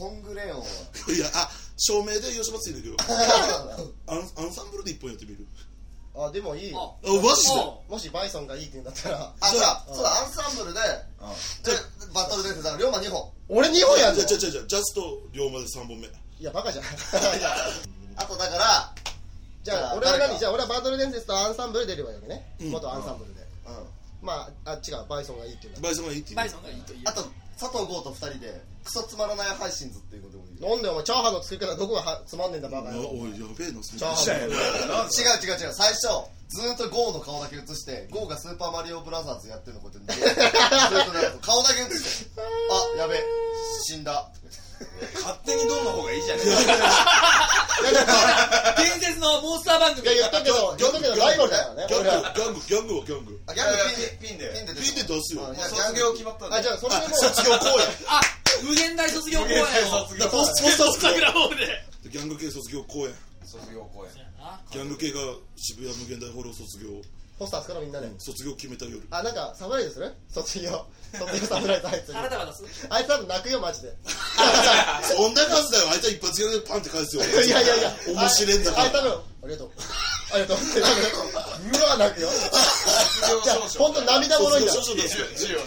[SPEAKER 2] コングレオンはい
[SPEAKER 1] やあ照明で吉松いるけど
[SPEAKER 5] ー
[SPEAKER 1] アンアンサンブルで一本やってみる
[SPEAKER 5] あ、でもいい。
[SPEAKER 3] あ
[SPEAKER 1] あマジで
[SPEAKER 3] あ
[SPEAKER 5] もしバイソンがいいって言うんだったら、
[SPEAKER 2] あ、そうだ、そうだ、アンサンブルで、で、バトルですだから、龍馬2本。
[SPEAKER 5] 俺2本やん
[SPEAKER 1] じ
[SPEAKER 5] の
[SPEAKER 1] ゃじゃじゃじゃジャスト龍馬で3本目
[SPEAKER 5] いや、バ カじゃん。
[SPEAKER 2] あとだから、
[SPEAKER 5] じゃあ、俺は何じゃあ、俺はバトル伝説とアンサンブル出ればいいわけね。
[SPEAKER 1] うん
[SPEAKER 5] 元アンサンブルで。
[SPEAKER 2] うん。
[SPEAKER 5] まあ、あ、違う、バイソンがいいって言うんだ。
[SPEAKER 1] バイソンがいいって言
[SPEAKER 3] バイ
[SPEAKER 1] う
[SPEAKER 3] ソンがいいと言う
[SPEAKER 2] あ。と、佐藤剛と2人で、クソつまらない配信ズっていうことでもいいよ。
[SPEAKER 5] なんでお前、チャーハンの作り方どこがはつまんねえんだ、バカ
[SPEAKER 1] あ
[SPEAKER 5] 野郎。
[SPEAKER 1] おいやべえなそ
[SPEAKER 5] チャーハ
[SPEAKER 1] れ
[SPEAKER 5] ンの
[SPEAKER 2] 違う違う違う、最初、ずーっとゴーの顔だけ映して、ゴーがスーパーマリオブラザーズやってるのこうやって見て、ずーっとなんか顔だけ映して、あ、やべ、死んだ。
[SPEAKER 4] 勝手にどうの方がいいじゃね
[SPEAKER 3] 伝説のモンスター番組。
[SPEAKER 5] いや、言ったけど、言ったけど、ライバルだからね。
[SPEAKER 1] ギャン
[SPEAKER 5] 俺
[SPEAKER 1] グ
[SPEAKER 5] ら
[SPEAKER 1] ギャングギャングはギャング
[SPEAKER 2] あ、
[SPEAKER 4] え
[SPEAKER 2] ギャ
[SPEAKER 4] か。
[SPEAKER 2] ング
[SPEAKER 4] ピンピン
[SPEAKER 2] ピン、
[SPEAKER 4] で。
[SPEAKER 2] ピンで
[SPEAKER 1] ピンで出すよ
[SPEAKER 2] うんいや
[SPEAKER 4] 卒業決まったんだ
[SPEAKER 5] あ、じゃあ、それでもう、
[SPEAKER 1] 卒業公演
[SPEAKER 3] あ、無限大卒業公演を。
[SPEAKER 4] 卒業公
[SPEAKER 1] ポス
[SPEAKER 4] 演。
[SPEAKER 1] ポスター卒業
[SPEAKER 3] 桜ホールで。
[SPEAKER 1] ギャング系卒業公演
[SPEAKER 4] 卒業公演。
[SPEAKER 1] ギャング系が渋谷無限大ホールを卒業
[SPEAKER 5] ポスター作ろう、みんなで。
[SPEAKER 1] 卒業決めた夜
[SPEAKER 5] あ、なんか、サプライズする卒業。卒業サプライズ、あいつに。
[SPEAKER 3] あなたが出す
[SPEAKER 5] あいつ多分泣くよ、マジで。
[SPEAKER 1] そんな数だよあいつは一発ギャグでパンって返すよ
[SPEAKER 5] いやいやいや。
[SPEAKER 1] 面白いんだか
[SPEAKER 5] あ
[SPEAKER 1] ら
[SPEAKER 5] いつ多分、ありがとう。ありがとう。って多分うわ、泣くよ。
[SPEAKER 4] 卒業
[SPEAKER 5] じゃあ、
[SPEAKER 4] 証書。
[SPEAKER 5] ほんと涙もろいんだ。
[SPEAKER 1] そうそうそうそう
[SPEAKER 4] 授業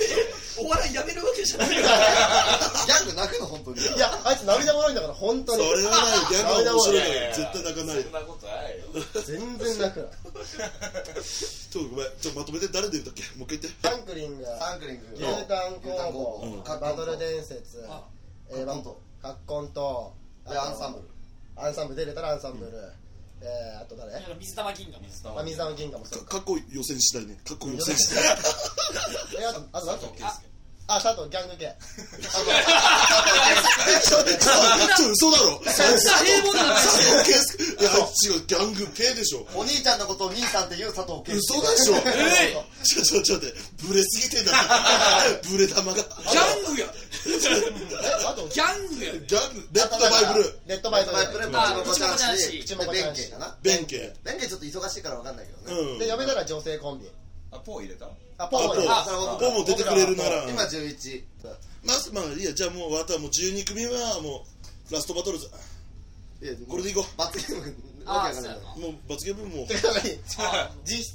[SPEAKER 3] お笑いやめるわけじゃないよ。
[SPEAKER 2] ギャング泣くの、本当に。
[SPEAKER 5] いや、あいつ涙もろいんだから、本当
[SPEAKER 1] そ
[SPEAKER 5] に。
[SPEAKER 1] れはないギャングは面白いから絶対泣かないよ
[SPEAKER 4] そんなことないよ。
[SPEAKER 5] 全然泣くな。
[SPEAKER 1] ちょっとごめんちょっとまとめて誰で言ったっけもう一回言って
[SPEAKER 5] サンクリング、
[SPEAKER 2] サンクリング、
[SPEAKER 5] 牛タン工
[SPEAKER 1] うん
[SPEAKER 5] 房、バトル伝説、
[SPEAKER 3] あ
[SPEAKER 5] えー
[SPEAKER 2] カッコンと
[SPEAKER 5] カッコンと、
[SPEAKER 2] で、アンサンブル。
[SPEAKER 5] ル。アンサンブル出れたらアンサンブル。えー、あと誰
[SPEAKER 3] 水玉銀河も。
[SPEAKER 5] まあ、水玉銀河もそうか。
[SPEAKER 1] 過去予選次第ね過去予選次第
[SPEAKER 5] え、あと、あと何だっけ
[SPEAKER 3] あ
[SPEAKER 5] あ佐藤ギャング系
[SPEAKER 1] ちょ嘘だろ
[SPEAKER 3] そんな平凡なの
[SPEAKER 1] 佐藤健介いや違うギャング系でしょ
[SPEAKER 2] お兄ちゃんのことを兄さんって言う佐藤 健
[SPEAKER 1] 嘘でしょちょちょちょ待ってブレすぎてんだってブレ玉が
[SPEAKER 3] ギャングや
[SPEAKER 5] えあと
[SPEAKER 3] ギャングや
[SPEAKER 1] ギャングレッドバイブルー
[SPEAKER 5] レッドバイブル
[SPEAKER 2] バイプレ
[SPEAKER 5] ー
[SPEAKER 2] バーのことだし口
[SPEAKER 5] 口も
[SPEAKER 2] も
[SPEAKER 5] こ
[SPEAKER 2] こちら
[SPEAKER 5] ちらだし
[SPEAKER 2] しかな
[SPEAKER 1] 弁慶
[SPEAKER 2] 弁慶ちょっと忙しいから分かんないけどね
[SPEAKER 1] うん
[SPEAKER 5] で嫁なら女性コンビ
[SPEAKER 4] あポー入れた
[SPEAKER 5] あポ
[SPEAKER 1] あ
[SPEAKER 5] ー
[SPEAKER 1] ポ
[SPEAKER 5] ポー
[SPEAKER 2] あそう
[SPEAKER 1] ーポーも出てくれるなら
[SPEAKER 2] 今11
[SPEAKER 1] まずまあいいやじゃあもうあとはもう12組はもうラストバトルズ
[SPEAKER 2] いや
[SPEAKER 1] これでいこ
[SPEAKER 2] 罰ゲーム
[SPEAKER 3] あ
[SPEAKER 2] わ
[SPEAKER 3] あ
[SPEAKER 2] け
[SPEAKER 3] そう
[SPEAKER 2] わかんない
[SPEAKER 3] やな
[SPEAKER 1] うもう罰ゲームもう
[SPEAKER 5] てか 何実質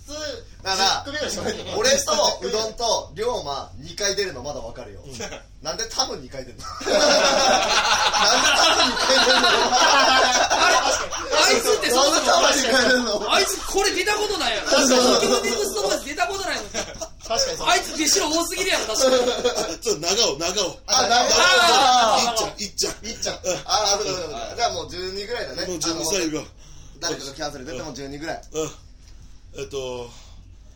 [SPEAKER 2] だ
[SPEAKER 5] 10
[SPEAKER 2] か
[SPEAKER 5] 組ぐらいしかない
[SPEAKER 2] ら俺とうどんと龍馬2回出るのまだ分かるよなんで多分2回出るのなんで
[SPEAKER 3] あいつってそんな
[SPEAKER 2] 多分2回出るのなんで多分2回出るの
[SPEAKER 3] あいつこれ出たことないやろ
[SPEAKER 5] 確かに
[SPEAKER 3] 東京ディグストボーイズ出たことないのに
[SPEAKER 5] 確かにそう
[SPEAKER 3] あいつ下白多すぎるやろ確かに
[SPEAKER 1] そう長尾長尾
[SPEAKER 2] あなる
[SPEAKER 1] 長尾いっちゃんいっちゃん
[SPEAKER 2] いっちゃんああ危ない危ない危ないじゃあもう12ぐらいだね
[SPEAKER 1] もう12歳が
[SPEAKER 2] 誰かがキャンセル出ても12ぐらい
[SPEAKER 1] うんえっと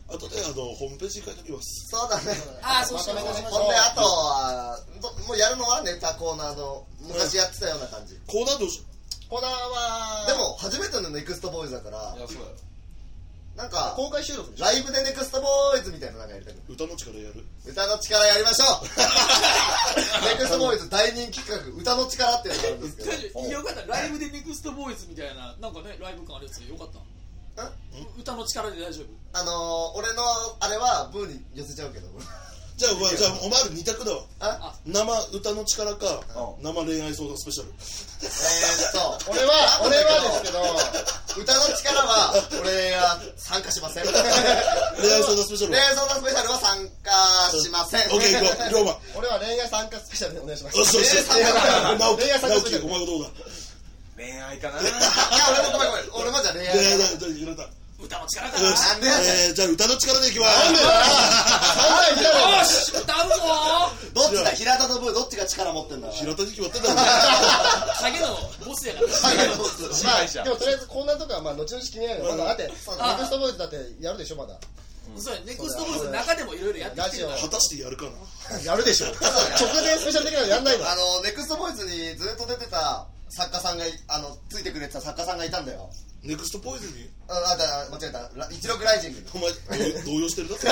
[SPEAKER 1] あとであのホームページに書いておきます
[SPEAKER 2] そうだね
[SPEAKER 3] ああそうしよう
[SPEAKER 5] まとめてね
[SPEAKER 2] ほんであとはどもうやるのはネタコーナーの昔やってたような感じで
[SPEAKER 1] コーナーどうし
[SPEAKER 5] コーナーは
[SPEAKER 2] も初めてのネクストボーイズだから
[SPEAKER 4] いやそうだよ
[SPEAKER 2] なんか
[SPEAKER 5] 公開収録でしょ
[SPEAKER 2] ライブでネクストボーイズみたいなのなんかやりたくない
[SPEAKER 1] 歌の力やる
[SPEAKER 2] 歌の力やりましょう ネクストボーイズ大人気企画歌の力っていうのがあるんですけど
[SPEAKER 3] よかったライブでネクストボーイズみたいななんかねライブ感あるやつでよかった
[SPEAKER 2] ん
[SPEAKER 3] 歌の力で大丈夫
[SPEAKER 2] あのー、俺のあれはブーに寄せちゃうけど
[SPEAKER 1] じゃあ、まあじゃあお前ら二択だわ
[SPEAKER 2] あ
[SPEAKER 1] 生歌の力か生恋愛相談スペシャル
[SPEAKER 2] えー、っと
[SPEAKER 5] 俺は俺はですけど
[SPEAKER 2] 歌の力は俺が参加しません
[SPEAKER 1] 恋愛相談スペシャル
[SPEAKER 2] 冷蔵のスペシャルは参加しません
[SPEAKER 1] オッケー行 こう龍馬よ
[SPEAKER 5] 俺は恋愛参加スペシャルでお願いします
[SPEAKER 1] しよしよし
[SPEAKER 2] 恋愛相
[SPEAKER 5] 談
[SPEAKER 1] 直樹
[SPEAKER 5] 恋愛相談
[SPEAKER 1] 直
[SPEAKER 5] スペシ
[SPEAKER 1] 樹
[SPEAKER 5] ャル
[SPEAKER 1] お前はどうだ
[SPEAKER 4] 恋愛かない
[SPEAKER 2] や俺もごめんごめん俺まだ恋愛
[SPEAKER 1] いやいやじゃあじゃあいろいろだよ
[SPEAKER 3] 歌の力かな
[SPEAKER 1] し
[SPEAKER 2] なんでやね
[SPEAKER 1] えーじゃあ歌の力でいきます
[SPEAKER 5] 三
[SPEAKER 3] よ
[SPEAKER 5] 枚来
[SPEAKER 3] し歌うぞ
[SPEAKER 2] どっちだ平田とブーどっちが力持ってんだ
[SPEAKER 1] 平田に決まってんだろ
[SPEAKER 3] 影のボスやから
[SPEAKER 5] たまあでもとりあえずコーナーとかはまあ後々決めないのまだだってネク
[SPEAKER 3] あ
[SPEAKER 5] ストボーイズだってやるでしょまだ
[SPEAKER 3] そうやネクストボーイズの中でもいろいろやって
[SPEAKER 5] ラ
[SPEAKER 3] きて
[SPEAKER 5] ジ
[SPEAKER 3] る
[SPEAKER 5] オ
[SPEAKER 3] から
[SPEAKER 1] 果たしてやるかな
[SPEAKER 5] やるでしょ直前スペシャル的なのやんないの
[SPEAKER 2] あのネクストボーイズにずっと出てた作家さんがいあのついてくれてた作家さんがいたんだよ
[SPEAKER 1] ネクストポイズンに
[SPEAKER 2] ああだ間違えたラ一六ライジング
[SPEAKER 1] お前動動揺してるだって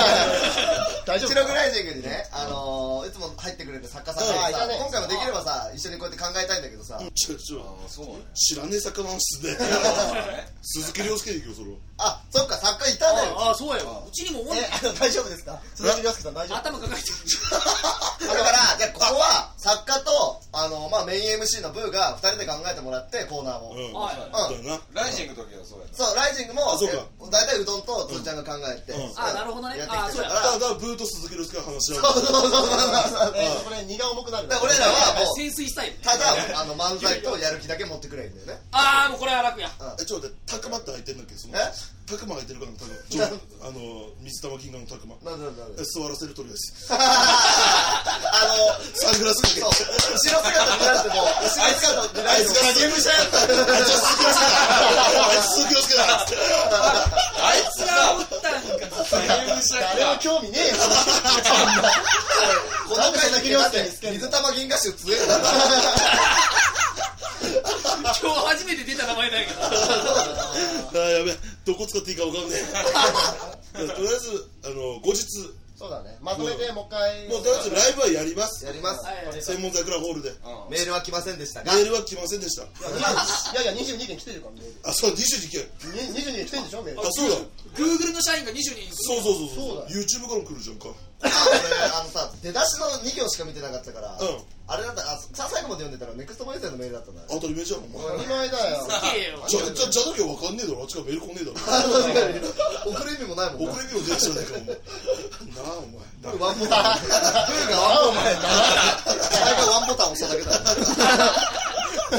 [SPEAKER 5] 大丈
[SPEAKER 2] 一
[SPEAKER 5] 夫
[SPEAKER 2] 六ライジングにね、あのー、いつも入ってくれてる作家さんがいて
[SPEAKER 5] う
[SPEAKER 2] さ
[SPEAKER 5] ん
[SPEAKER 2] 今回もできればさ一緒にこうやって考えたいんだけどさ、
[SPEAKER 1] ちょちょ
[SPEAKER 4] あそうね
[SPEAKER 1] 知らねえ作家の話すんで
[SPEAKER 4] そうね
[SPEAKER 1] 鈴木亮介でいくよそれは
[SPEAKER 2] あそっか作家いたのよ
[SPEAKER 3] ああそうやわうちにも思い
[SPEAKER 5] えあの大丈夫ですか鈴木亮介さん大丈夫
[SPEAKER 3] 頭抱えてる
[SPEAKER 2] だからじゃあここは作家とあの、まあ、メイン MC のブーが2人で考えてもらってコーナーを、
[SPEAKER 1] う
[SPEAKER 2] うん
[SPEAKER 1] ん
[SPEAKER 3] はい
[SPEAKER 1] だよな
[SPEAKER 4] ライジングの時はそうやった
[SPEAKER 2] そうライジングも
[SPEAKER 1] あそうか
[SPEAKER 2] え大体うどんとつーちゃんが考えて、
[SPEAKER 1] うん
[SPEAKER 2] そう
[SPEAKER 3] あーなるほどね
[SPEAKER 2] やってきてる
[SPEAKER 1] だ
[SPEAKER 2] から
[SPEAKER 1] からだからブーと鈴木亮介が話し合う
[SPEAKER 2] そうそうそうそう
[SPEAKER 5] えーこれ荷が重くなる
[SPEAKER 2] だから俺らはもう
[SPEAKER 3] 潜水スタイル
[SPEAKER 2] ただあの漫才とやる気だけ持ってくれるんだよね
[SPEAKER 3] ああもうこれは楽や
[SPEAKER 1] えちょっと待ってタクマって空いてんだっけその
[SPEAKER 2] え
[SPEAKER 1] タクマ空いてるかなタクマちょあの水玉銀河のタクマ
[SPEAKER 2] なんだなんだなんだ
[SPEAKER 1] 座らせる鳥です
[SPEAKER 2] あの
[SPEAKER 1] サングラスかけ
[SPEAKER 2] そう後ろ姿見られても後ろ姿見ら
[SPEAKER 1] あ
[SPEAKER 2] れ
[SPEAKER 1] い
[SPEAKER 2] て
[SPEAKER 1] つ
[SPEAKER 2] も
[SPEAKER 1] が刑務所やったあいつは鈴木亮介だあいつ鈴木亮介だ
[SPEAKER 3] あいつがおったんか
[SPEAKER 5] 誰も興味ねえよ
[SPEAKER 2] この回だけに待って水玉銀河集強えな
[SPEAKER 3] 今日初めて出た名前だけど
[SPEAKER 1] あーやべえどこ使っていいか分かんねえいやとりあえずあの後日
[SPEAKER 5] そうだねまとめてもう一回
[SPEAKER 1] もうとりあえずライブはやります
[SPEAKER 2] やります
[SPEAKER 1] 専門桜ホールで
[SPEAKER 4] うん
[SPEAKER 2] メールは来ませんでしたが
[SPEAKER 1] メールは来ませんでした
[SPEAKER 5] いやいや22件来てるからメール
[SPEAKER 1] あそう22件
[SPEAKER 5] に22件来てるんでしょメール
[SPEAKER 1] あそうだ
[SPEAKER 3] Google の社員が20人
[SPEAKER 1] そうそうそうそう
[SPEAKER 5] そうだ
[SPEAKER 1] YouTube からも来るじゃんか
[SPEAKER 2] あのさ出だしの2行しか見てなかったから、
[SPEAKER 1] ん
[SPEAKER 2] あれだったあさ最後まで読んでたらネクストボイスのメールだったんだ
[SPEAKER 1] 当たり前じゃんお前
[SPEAKER 5] 当たり前だよ
[SPEAKER 3] 聞けよ
[SPEAKER 1] じゃじゃじゃなきゃ分かんねえだろあっちからメール来ねえだろ
[SPEAKER 2] 送る意味もないもんな
[SPEAKER 1] 遅れるよ電車ないかお前なあお前な
[SPEAKER 2] ワンボタンブーがワン ボタン最後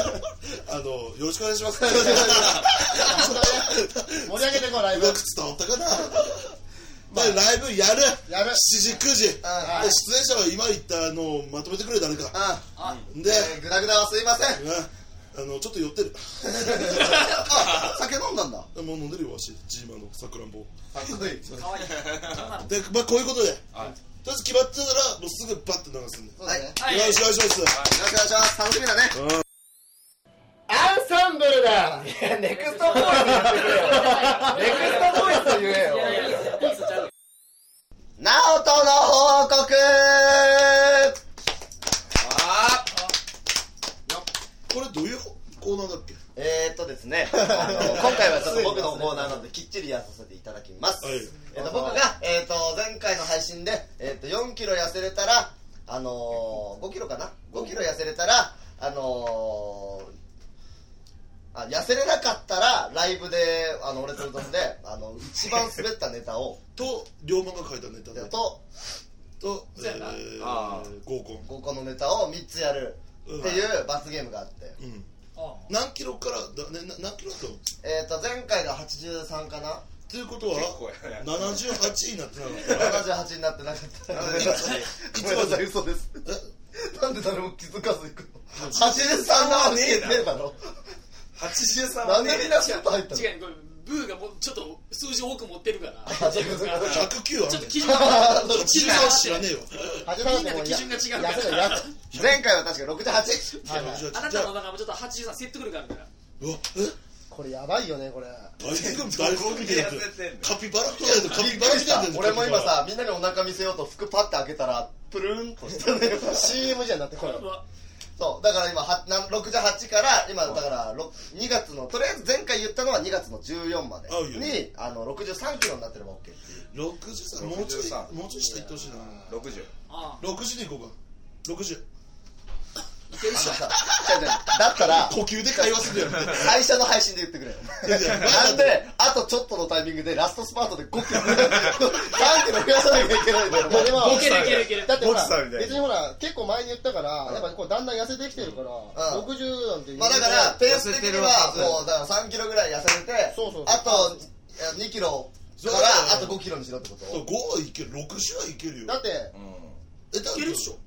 [SPEAKER 2] ワンボタン押しただけ
[SPEAKER 1] あ
[SPEAKER 2] だ
[SPEAKER 1] のよろしくお願いします
[SPEAKER 5] 盛り上げてこうライ
[SPEAKER 1] う
[SPEAKER 5] ブ
[SPEAKER 1] まく伝わったかなでライブやる
[SPEAKER 5] やる
[SPEAKER 1] 7時9時で
[SPEAKER 2] あ
[SPEAKER 1] 出演者は今言ったのをまとめてくれ誰か
[SPEAKER 2] あ
[SPEAKER 1] で
[SPEAKER 2] えーグダグダはすいません
[SPEAKER 1] うんあのちょっと酔ってる
[SPEAKER 2] あ 酒飲んだんだか
[SPEAKER 1] もう飲んでるよわしジーマのさくらんぼ
[SPEAKER 2] っこいい
[SPEAKER 3] かわいい
[SPEAKER 1] でまあこういうことで
[SPEAKER 4] はい
[SPEAKER 1] とりあえず決まってたらもうすぐバッて流すんで、
[SPEAKER 5] そうだね
[SPEAKER 3] はい
[SPEAKER 1] よろしくお願いします、
[SPEAKER 2] よろしくお願いします楽しみだね
[SPEAKER 5] アンサンブルだ
[SPEAKER 7] ネクストボーイズやってくれよ。ネクストボーイズと言えよ。
[SPEAKER 3] いやいやいやボイスちゃうよ
[SPEAKER 2] ナオトの報告
[SPEAKER 1] これどういうコーナーだっけ
[SPEAKER 2] えーっとです ね、あの今回はちょっと僕のコーナーなのできっちりやらさせていただきます。
[SPEAKER 1] はい
[SPEAKER 2] えーっと僕が、えーっと前回の配信で、えーっと4キロ痩せれたら、あのー、5キロかな ?5 キロ痩せれたら、あのー、あ痩せれなかったらライブであの俺と歌であの一番滑ったネタ を
[SPEAKER 1] と龍馬が書いたネタだ
[SPEAKER 2] と
[SPEAKER 1] と、え
[SPEAKER 3] やな
[SPEAKER 2] あ
[SPEAKER 1] ー、合コン
[SPEAKER 2] 5個のネタを3つやるっていう罰ゲームがあって、
[SPEAKER 1] うん
[SPEAKER 3] あ
[SPEAKER 1] 何キロからだ、ね、な何キロだったの
[SPEAKER 2] えーっと前回が83かな
[SPEAKER 1] ということは
[SPEAKER 4] 構や
[SPEAKER 1] 78になってなかった
[SPEAKER 2] 78になってなかったごめんなさい嘘ですなんで誰も気づかず行くの83なわけねえだろ
[SPEAKER 4] 83
[SPEAKER 2] な
[SPEAKER 4] は
[SPEAKER 2] ん
[SPEAKER 4] ね
[SPEAKER 2] でみんなシュッと入ったの
[SPEAKER 3] 違うこれブーがもうちょっと数字多く持ってるから
[SPEAKER 2] あそういうことか
[SPEAKER 3] ち
[SPEAKER 1] 109あ
[SPEAKER 3] ょっ
[SPEAKER 1] る
[SPEAKER 3] と
[SPEAKER 1] ね
[SPEAKER 3] 基準が
[SPEAKER 1] 一流は知らねえよ
[SPEAKER 5] 始
[SPEAKER 3] みんなの基準が違うから
[SPEAKER 2] 前回は確か68
[SPEAKER 5] はいはい
[SPEAKER 3] あな
[SPEAKER 1] 68じゃ
[SPEAKER 3] たの
[SPEAKER 1] あ
[SPEAKER 3] 中もちょっと83説得力あるから
[SPEAKER 1] うわえ
[SPEAKER 5] これやばいよねこれ
[SPEAKER 1] 大変大根みたいになってるカピバラみたいなカピバラみたいになってる
[SPEAKER 2] 俺も今さみんなにお腹見せようと服パッて開けたらプルーンとした ね
[SPEAKER 5] CM じゃなってこれ
[SPEAKER 3] うわ
[SPEAKER 2] そうだから今はな68から今だからろ2月のとりあえず前回言ったのは2月の14まで
[SPEAKER 1] あいいよ
[SPEAKER 2] にあの63キロになってれば OK っていう
[SPEAKER 1] 63もうちょ
[SPEAKER 4] 63
[SPEAKER 1] いもうちょい下行ってほしいな
[SPEAKER 4] 60
[SPEAKER 3] あ
[SPEAKER 1] 60で行こうか60
[SPEAKER 3] あいけるっしょ
[SPEAKER 2] さ違う違うだったら
[SPEAKER 1] 呼吸で会話するやんね
[SPEAKER 2] 最初の配信で言ってくれよなんであとちょっとのタイミングでラストスパートで5キロ3キロ増やさなきゃいけないんだよ
[SPEAKER 5] まあでも
[SPEAKER 3] いけるいけるいける
[SPEAKER 5] だってほ
[SPEAKER 4] ボクサーみたい
[SPEAKER 5] ら
[SPEAKER 4] な
[SPEAKER 5] 別にほら結構前に言ったからやっぱこうだんだん痩せてきてるから
[SPEAKER 2] ん
[SPEAKER 5] 60なんて言う
[SPEAKER 2] まあだからペース的には
[SPEAKER 4] 痩せてる
[SPEAKER 2] もうだから3キロぐらい痩せて
[SPEAKER 5] そうそう
[SPEAKER 2] あと2キロからあと5キロにしろってこ
[SPEAKER 1] 5
[SPEAKER 2] と
[SPEAKER 1] はいける60はいけるよ
[SPEAKER 5] だって
[SPEAKER 4] う
[SPEAKER 1] えだっ
[SPEAKER 3] い
[SPEAKER 1] て
[SPEAKER 3] ける
[SPEAKER 1] で
[SPEAKER 3] っ
[SPEAKER 1] し
[SPEAKER 3] し
[SPEAKER 1] ょ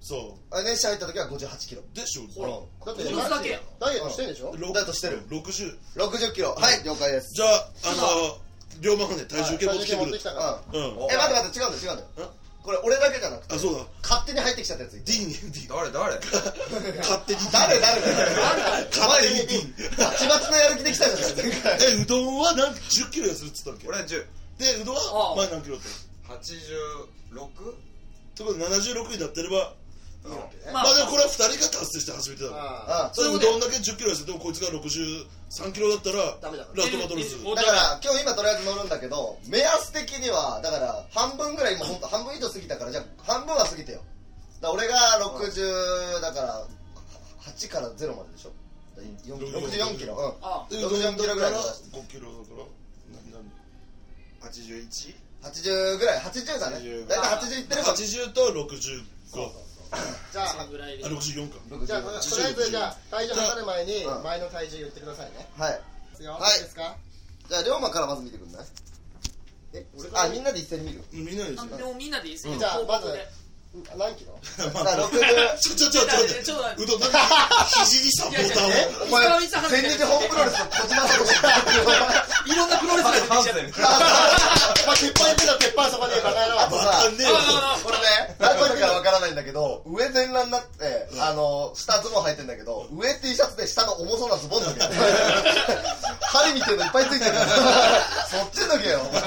[SPEAKER 1] そ
[SPEAKER 2] 熱射入った時は58キロ
[SPEAKER 1] うでしょ
[SPEAKER 3] ほら
[SPEAKER 5] だって
[SPEAKER 3] このだけやん
[SPEAKER 5] ダイエットしてんでしょ
[SPEAKER 1] ろく
[SPEAKER 2] だとしてる
[SPEAKER 1] 60
[SPEAKER 2] 60キロはい了解です
[SPEAKER 1] じゃああの龍馬がね体重計持ってきてくれる
[SPEAKER 5] た
[SPEAKER 2] うん
[SPEAKER 5] か
[SPEAKER 1] うん
[SPEAKER 2] え待って待って違うんだよ違うんだよこれ俺だけじゃなくて
[SPEAKER 1] あそうだ
[SPEAKER 2] 勝手に入ってきちゃったやついて
[SPEAKER 1] D に D
[SPEAKER 4] ん誰誰
[SPEAKER 1] 勝手に D
[SPEAKER 2] 誰誰誰
[SPEAKER 1] 勝手に D
[SPEAKER 2] 奇抜なやる気できたじゃない前回
[SPEAKER 1] えうどんは何10キロ痩せるっつったっけ
[SPEAKER 4] 俺は10
[SPEAKER 1] でうどんは前何キロだったの
[SPEAKER 4] 86
[SPEAKER 1] ということで76になってれば
[SPEAKER 3] ま
[SPEAKER 1] ま
[SPEAKER 3] あ
[SPEAKER 1] あでもこれは2人が達成して始めてたの
[SPEAKER 2] う
[SPEAKER 5] ら
[SPEAKER 2] ん
[SPEAKER 1] それうどんだけ10キロ痩せてもこいつが63キロだったら
[SPEAKER 5] ダメだから
[SPEAKER 1] ラストバトルする
[SPEAKER 3] 出る
[SPEAKER 2] だから今日今とりあえず乗るんだけど目安的にはだから半分ぐらい今本当半分以上過ぎたからじゃあ半分は過ぎてよだから俺が60だから8から0まででしょ4 64キロ
[SPEAKER 3] あ
[SPEAKER 1] で
[SPEAKER 2] う
[SPEAKER 1] うんどんだ
[SPEAKER 2] 64
[SPEAKER 1] った
[SPEAKER 2] キロぐらい
[SPEAKER 1] ら
[SPEAKER 2] だ
[SPEAKER 1] 5キロだから
[SPEAKER 4] 81
[SPEAKER 2] 80ぐらい80だね
[SPEAKER 4] 80
[SPEAKER 2] 大体80いってれば
[SPEAKER 1] 80と65
[SPEAKER 5] じゃあ
[SPEAKER 3] そのぐらいで
[SPEAKER 1] あ64か
[SPEAKER 5] じゃあとりあえずじゃあ体重測る前に
[SPEAKER 2] うん
[SPEAKER 5] 前の体重言ってくださいね
[SPEAKER 2] はい
[SPEAKER 5] ですよ
[SPEAKER 2] はい
[SPEAKER 5] いいですか
[SPEAKER 2] じゃあ龍馬からまず見てくんない
[SPEAKER 5] え俺から
[SPEAKER 2] あみんなで一斉に見る
[SPEAKER 1] 見ないですよ
[SPEAKER 3] あでもみんなでいいですよ
[SPEAKER 5] じゃあまず
[SPEAKER 3] で
[SPEAKER 5] 何キロ
[SPEAKER 2] だから60
[SPEAKER 1] ちょちょちょちょ待って
[SPEAKER 3] ちょっと待って
[SPEAKER 1] うどんなんで肘にさボ
[SPEAKER 3] いやいや
[SPEAKER 1] タンを
[SPEAKER 3] え
[SPEAKER 2] お前
[SPEAKER 3] 石川一
[SPEAKER 2] 全日本プロレスの小島さんと して
[SPEAKER 3] いろんなプロレスが出てきちゃった
[SPEAKER 5] まあ鉄板言ってたら鉄板そばでバカ野郎
[SPEAKER 2] と
[SPEAKER 1] わ
[SPEAKER 2] さ
[SPEAKER 1] かんねえよ
[SPEAKER 3] あ
[SPEAKER 2] これね、何個かわからないんだけど、上全裸になって、あの、下ズボン履いてんだけど、上 T シャツで下の重そうなズボンだ け。針みたいのいっぱいついてるからそっちのけよ、お前。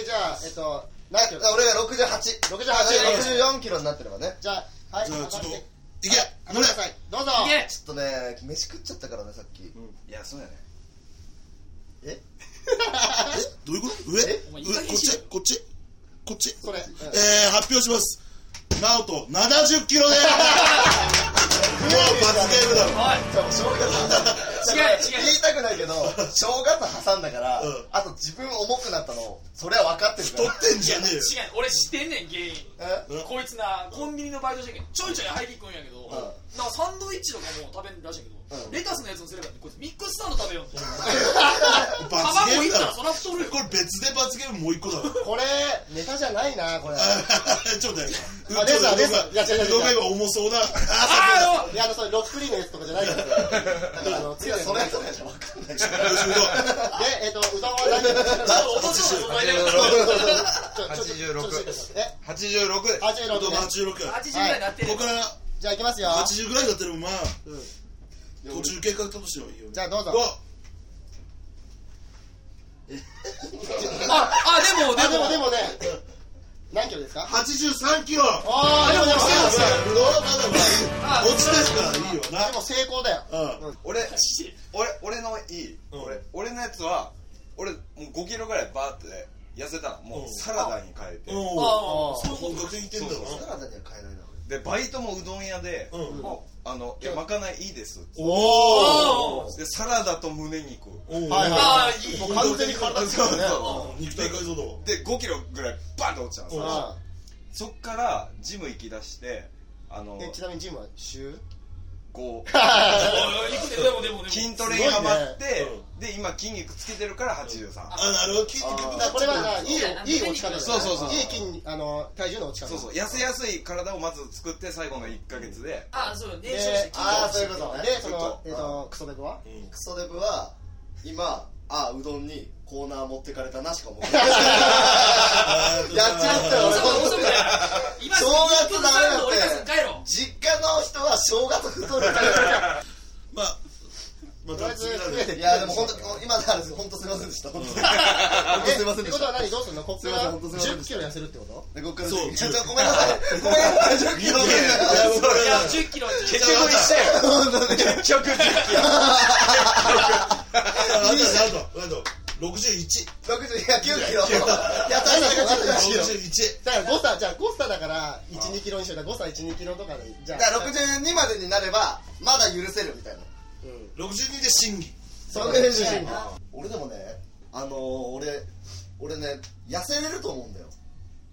[SPEAKER 5] でじゃあえっと
[SPEAKER 2] な
[SPEAKER 5] 何キロ
[SPEAKER 2] 俺が68。
[SPEAKER 5] 68
[SPEAKER 2] 64キロになってればね。
[SPEAKER 5] じゃあはい
[SPEAKER 1] じゃあちょっ
[SPEAKER 5] 測
[SPEAKER 1] と
[SPEAKER 5] って
[SPEAKER 1] いけ
[SPEAKER 5] あ
[SPEAKER 1] 乗
[SPEAKER 5] ごめん
[SPEAKER 1] れ
[SPEAKER 5] なさいどうぞ
[SPEAKER 3] いけ
[SPEAKER 2] ちょっとね、飯食っちゃったからね、さっき。
[SPEAKER 4] いやそうやね
[SPEAKER 1] どういうこと上
[SPEAKER 2] え
[SPEAKER 3] お前いい
[SPEAKER 1] 上
[SPEAKER 3] 加減
[SPEAKER 1] こっ
[SPEAKER 3] にし
[SPEAKER 1] ち
[SPEAKER 3] ろ
[SPEAKER 1] こっちこっち
[SPEAKER 5] それ
[SPEAKER 1] えー、発表します。ナオト、70キロでもう 罰ゲームだろ。
[SPEAKER 3] お
[SPEAKER 2] じゃあもう正月
[SPEAKER 3] い違う違う
[SPEAKER 2] 言いたくないけど、正月挟んだから
[SPEAKER 1] うん、
[SPEAKER 2] あと自分重くなったの、それは分かってるか
[SPEAKER 1] 取
[SPEAKER 2] ら。
[SPEAKER 1] ってんじゃねえよ。
[SPEAKER 3] 違う俺知ってんねん原因
[SPEAKER 2] え
[SPEAKER 1] うん
[SPEAKER 3] こいつなコンビニのバイトしてんけんちょいちょい入り行くんやけど、なんかサンドイッチとかも食べんらしいけ
[SPEAKER 2] う
[SPEAKER 3] ど、
[SPEAKER 2] ん
[SPEAKER 3] レタスのやつにすればいいこいつミックスサンド食べようと
[SPEAKER 1] 罰ゲー
[SPEAKER 3] 卵い
[SPEAKER 1] ム
[SPEAKER 3] った
[SPEAKER 1] だ
[SPEAKER 3] ら
[SPEAKER 1] ろ。
[SPEAKER 3] そら太るよ
[SPEAKER 1] これ別で罰ゲームもう一個だろ。
[SPEAKER 5] これネタじゃないなこれ
[SPEAKER 1] ちょっと待って。
[SPEAKER 5] あレーザー
[SPEAKER 1] ちょっと待
[SPEAKER 5] レーザー
[SPEAKER 1] って
[SPEAKER 5] いや違う違う違う
[SPEAKER 1] うどんが今重そうな。あ
[SPEAKER 3] ああ
[SPEAKER 5] いやあのそれロックリーのやつとかじゃないんですよだからあの強よね
[SPEAKER 2] それとかじゃ分かんないじゃん
[SPEAKER 5] でえっとうどんは何 ちょ
[SPEAKER 1] おととし
[SPEAKER 7] 86
[SPEAKER 5] ちょちょちょえ
[SPEAKER 7] 86です
[SPEAKER 1] うどん
[SPEAKER 5] 86ね
[SPEAKER 1] 86こ
[SPEAKER 3] 80ぐらいになって
[SPEAKER 1] こ
[SPEAKER 3] る
[SPEAKER 1] から
[SPEAKER 5] じゃあ行きますよ
[SPEAKER 1] 80ぐらいだったらまあ
[SPEAKER 5] うん
[SPEAKER 1] 途中経過としてはいいよね
[SPEAKER 5] じゃあどうぞ
[SPEAKER 1] わ
[SPEAKER 3] ああでも
[SPEAKER 5] あで
[SPEAKER 3] で
[SPEAKER 5] も
[SPEAKER 3] も
[SPEAKER 5] でもね何キロですか
[SPEAKER 1] 83キロ
[SPEAKER 5] ああでもでも
[SPEAKER 1] ま
[SPEAKER 5] で
[SPEAKER 1] だまだ落ちたからいいよな
[SPEAKER 5] も成功だよ
[SPEAKER 1] うん
[SPEAKER 7] 俺俺俺のいい、
[SPEAKER 1] うん
[SPEAKER 7] 俺俺のやつは俺もう5キロぐらいバーって痩せたのもうサラダに変えて、
[SPEAKER 1] おーそう本格的にいってんだろ
[SPEAKER 2] サラダには買えないな
[SPEAKER 7] でバイトもうどん屋で、
[SPEAKER 1] うな
[SPEAKER 7] あのいやまかないいいですって
[SPEAKER 1] お
[SPEAKER 7] でサラダと胸肉
[SPEAKER 1] お
[SPEAKER 5] はいはい
[SPEAKER 3] ああいい
[SPEAKER 5] もう完全に体ですからね
[SPEAKER 1] 肉体改造だわ
[SPEAKER 7] で5キロぐらいバンって落ちたんです
[SPEAKER 1] う
[SPEAKER 7] よ
[SPEAKER 1] ん
[SPEAKER 5] あ
[SPEAKER 7] そっからジム行きだしてあの
[SPEAKER 5] あえちなみにジムは週
[SPEAKER 7] こ う
[SPEAKER 3] でもでもでも
[SPEAKER 7] 筋トレにハマって、で今筋肉つけてるから83、
[SPEAKER 1] あなるほど筋肉になっ
[SPEAKER 5] こ
[SPEAKER 1] ち
[SPEAKER 5] れ
[SPEAKER 1] ゃった
[SPEAKER 5] はあいいよいい落ち方だよね
[SPEAKER 7] そうそうそう
[SPEAKER 5] いい筋あの体重の落ち方
[SPEAKER 7] そうそう痩せやすい体をまず作って最後の1か 月で
[SPEAKER 3] あそう
[SPEAKER 5] で
[SPEAKER 3] 燃焼して
[SPEAKER 2] あーそういう
[SPEAKER 5] で
[SPEAKER 2] ことね
[SPEAKER 5] そのえっとクソデブは
[SPEAKER 1] うん
[SPEAKER 2] クソデブは今あうどんにコーナー持ってかれたなしか思ってないやっちまったよ俺
[SPEAKER 3] 遅く遅くだよ今
[SPEAKER 2] 正月だよって
[SPEAKER 3] 俺たち帰ろう
[SPEAKER 2] 実家の人は正月太るか
[SPEAKER 1] まあま
[SPEAKER 5] とりあ
[SPEAKER 1] た
[SPEAKER 5] えず
[SPEAKER 1] 次なる
[SPEAKER 5] 増えて
[SPEAKER 2] らいやでも本当今だから本当すいませんでした本当に本当すいません
[SPEAKER 5] って
[SPEAKER 2] で
[SPEAKER 5] こ
[SPEAKER 2] し
[SPEAKER 5] とは
[SPEAKER 2] た
[SPEAKER 5] 何どうするのこっか
[SPEAKER 2] すいませ
[SPEAKER 5] ら
[SPEAKER 2] ん本当すいません
[SPEAKER 5] 10
[SPEAKER 2] でし
[SPEAKER 5] キ
[SPEAKER 2] た
[SPEAKER 5] ロ痩せるってこと
[SPEAKER 2] でこっから
[SPEAKER 1] そう
[SPEAKER 2] ちょっとごめんなさいごめんなさい10キロ
[SPEAKER 3] いや10キロ
[SPEAKER 7] 結局一緒や結局
[SPEAKER 1] あなんだなんだなんだ61
[SPEAKER 2] 60いや9キロいや大変だ
[SPEAKER 5] 61
[SPEAKER 1] 61
[SPEAKER 5] だから誤差じゃあ誤差だから12キロにしようだ誤差12キロとかでじゃあ
[SPEAKER 2] だから62までになればまだ許せるみたいな
[SPEAKER 5] うん
[SPEAKER 1] 62で審議
[SPEAKER 5] そのぐらいの自信が
[SPEAKER 2] 俺でもねあのー、俺俺ね痩せれると思うんだよ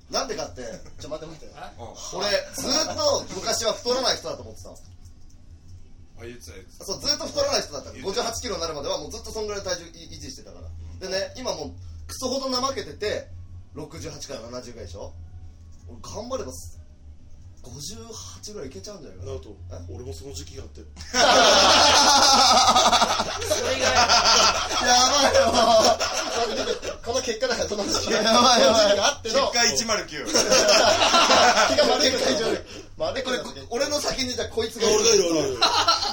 [SPEAKER 2] なんでかって
[SPEAKER 5] ちょ待って待って
[SPEAKER 2] 俺ずっと昔は太らない人だと思ってたの
[SPEAKER 7] あ言ってた言って
[SPEAKER 2] そうずっと太らない人だったの58キロになるまではもうずっとそんぐらいの体重維持してたからでね今もうクソほど怠けてて68から70ぐらいでしょ俺頑張ればす58ぐらいいけちゃうんじゃないかな
[SPEAKER 1] なんと
[SPEAKER 2] え
[SPEAKER 1] 俺もその時期があって
[SPEAKER 3] それ以外
[SPEAKER 2] やばいよ
[SPEAKER 5] この結果だからその時期が
[SPEAKER 2] やばいやばい
[SPEAKER 5] その時期があっての
[SPEAKER 7] た結 果109
[SPEAKER 5] 気が悪い会場で悪い
[SPEAKER 2] こ
[SPEAKER 5] これ
[SPEAKER 2] れこ俺の先にじゃあこいつがいる
[SPEAKER 1] 俺がいる俺がいる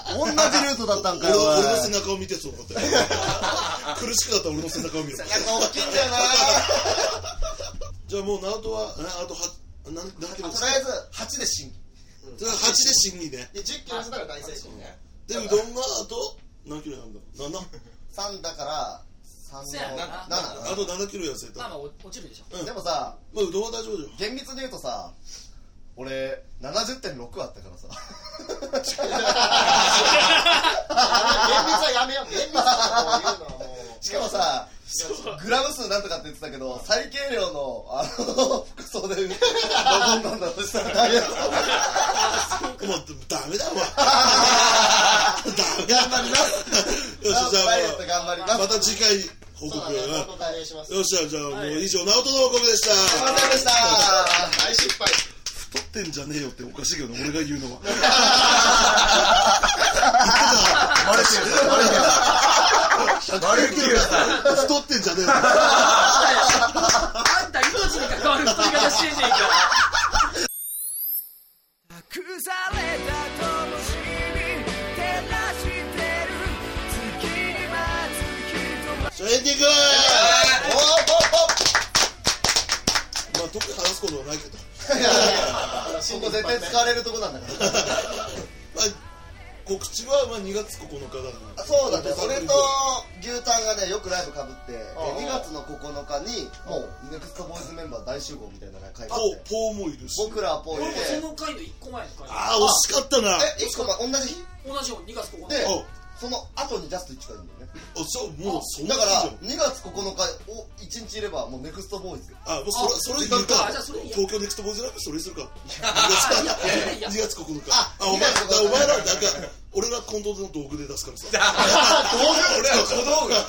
[SPEAKER 2] 同じルートだったんか
[SPEAKER 1] 俺
[SPEAKER 2] よ
[SPEAKER 1] の
[SPEAKER 2] おい
[SPEAKER 1] 俺の背中を見てそう だったよ苦しくなったら俺の背中を見る
[SPEAKER 2] 背中大きいんだよな
[SPEAKER 1] じゃあもうナオトはえあとはなんなんていう
[SPEAKER 2] と
[SPEAKER 1] の
[SPEAKER 2] り
[SPEAKER 1] と
[SPEAKER 2] あえず8で審議
[SPEAKER 1] りあえず8で審議ね
[SPEAKER 5] で10キロ痩せたら大成功
[SPEAKER 1] でうどんがあと何キロなんだ7
[SPEAKER 2] 3だから
[SPEAKER 3] そうや
[SPEAKER 2] 3の
[SPEAKER 3] な
[SPEAKER 1] あ
[SPEAKER 2] 7
[SPEAKER 1] と7キロ痩せた
[SPEAKER 3] まあま
[SPEAKER 1] ま
[SPEAKER 3] あ落ちるでしょ
[SPEAKER 1] あ
[SPEAKER 2] でもさ
[SPEAKER 1] あうどんは大丈夫だよ
[SPEAKER 2] 厳密に言うとさ俺70.6あったからさ
[SPEAKER 5] 厳密はやめよう厳密はこういうのはも
[SPEAKER 2] しかもさグラム数なんとかって言ってたけど最軽量のあの 服装で臨んだんだとしたら大変だ
[SPEAKER 1] もうダメだ わダメだなよしじゃ
[SPEAKER 2] ダイエット
[SPEAKER 1] あ
[SPEAKER 2] 頑張りま
[SPEAKER 1] まあますた次回報
[SPEAKER 5] うそ
[SPEAKER 1] 告
[SPEAKER 5] うだ
[SPEAKER 1] や
[SPEAKER 5] ね
[SPEAKER 1] な
[SPEAKER 5] お答えします
[SPEAKER 1] よっしゃじゃあもう以上ナオトの報告でした
[SPEAKER 2] すいませんでした
[SPEAKER 5] 大失敗
[SPEAKER 1] 太ってんじゃねえよっておかしいけどね俺が言う のは言ってたバレてるバレてる太ってんじゃねえよ
[SPEAKER 3] あんた命に関わる太り方してんねんか
[SPEAKER 8] 崩れた灯しに照らしてる月には月と
[SPEAKER 1] じゃあエンディングまあ特に話すことはないけど
[SPEAKER 2] ここ絶対使われるとこなんだから
[SPEAKER 1] まあ告知はまあ2月9日だから
[SPEAKER 2] そうだねそれと牛タンがねよくライブかぶってで2月の9日にもうネクストボーイズメンバー大集合みたいなのが書いてあっ
[SPEAKER 1] ポ
[SPEAKER 2] て
[SPEAKER 1] ーポーもいるし
[SPEAKER 2] 僕らはポー
[SPEAKER 3] 俺
[SPEAKER 2] いて
[SPEAKER 3] もその回の1個前の回
[SPEAKER 1] ああ惜しかったな
[SPEAKER 2] えいつか前同じ日
[SPEAKER 3] 同じよ2月9日
[SPEAKER 2] で
[SPEAKER 1] お
[SPEAKER 2] その後にジャスト行ってたんだよね
[SPEAKER 1] あそうもうそんな
[SPEAKER 2] だ
[SPEAKER 1] 日じ
[SPEAKER 2] か
[SPEAKER 1] ゃ
[SPEAKER 2] ら
[SPEAKER 1] ん
[SPEAKER 2] 2月9日を1日いればもうネクストボーイズ
[SPEAKER 1] あもうそれそれ言う
[SPEAKER 3] あ
[SPEAKER 1] か
[SPEAKER 3] じゃあそれいいや
[SPEAKER 1] 東京ネクストボーイズライブそれにするか
[SPEAKER 3] いやいやい
[SPEAKER 1] 2
[SPEAKER 3] や
[SPEAKER 1] 月9日
[SPEAKER 2] あ
[SPEAKER 1] あお前ら
[SPEAKER 2] 2月9
[SPEAKER 1] お前らなん
[SPEAKER 2] 日
[SPEAKER 1] か俺らコントの道具で出すからさ
[SPEAKER 7] 俺ら小道具
[SPEAKER 2] じ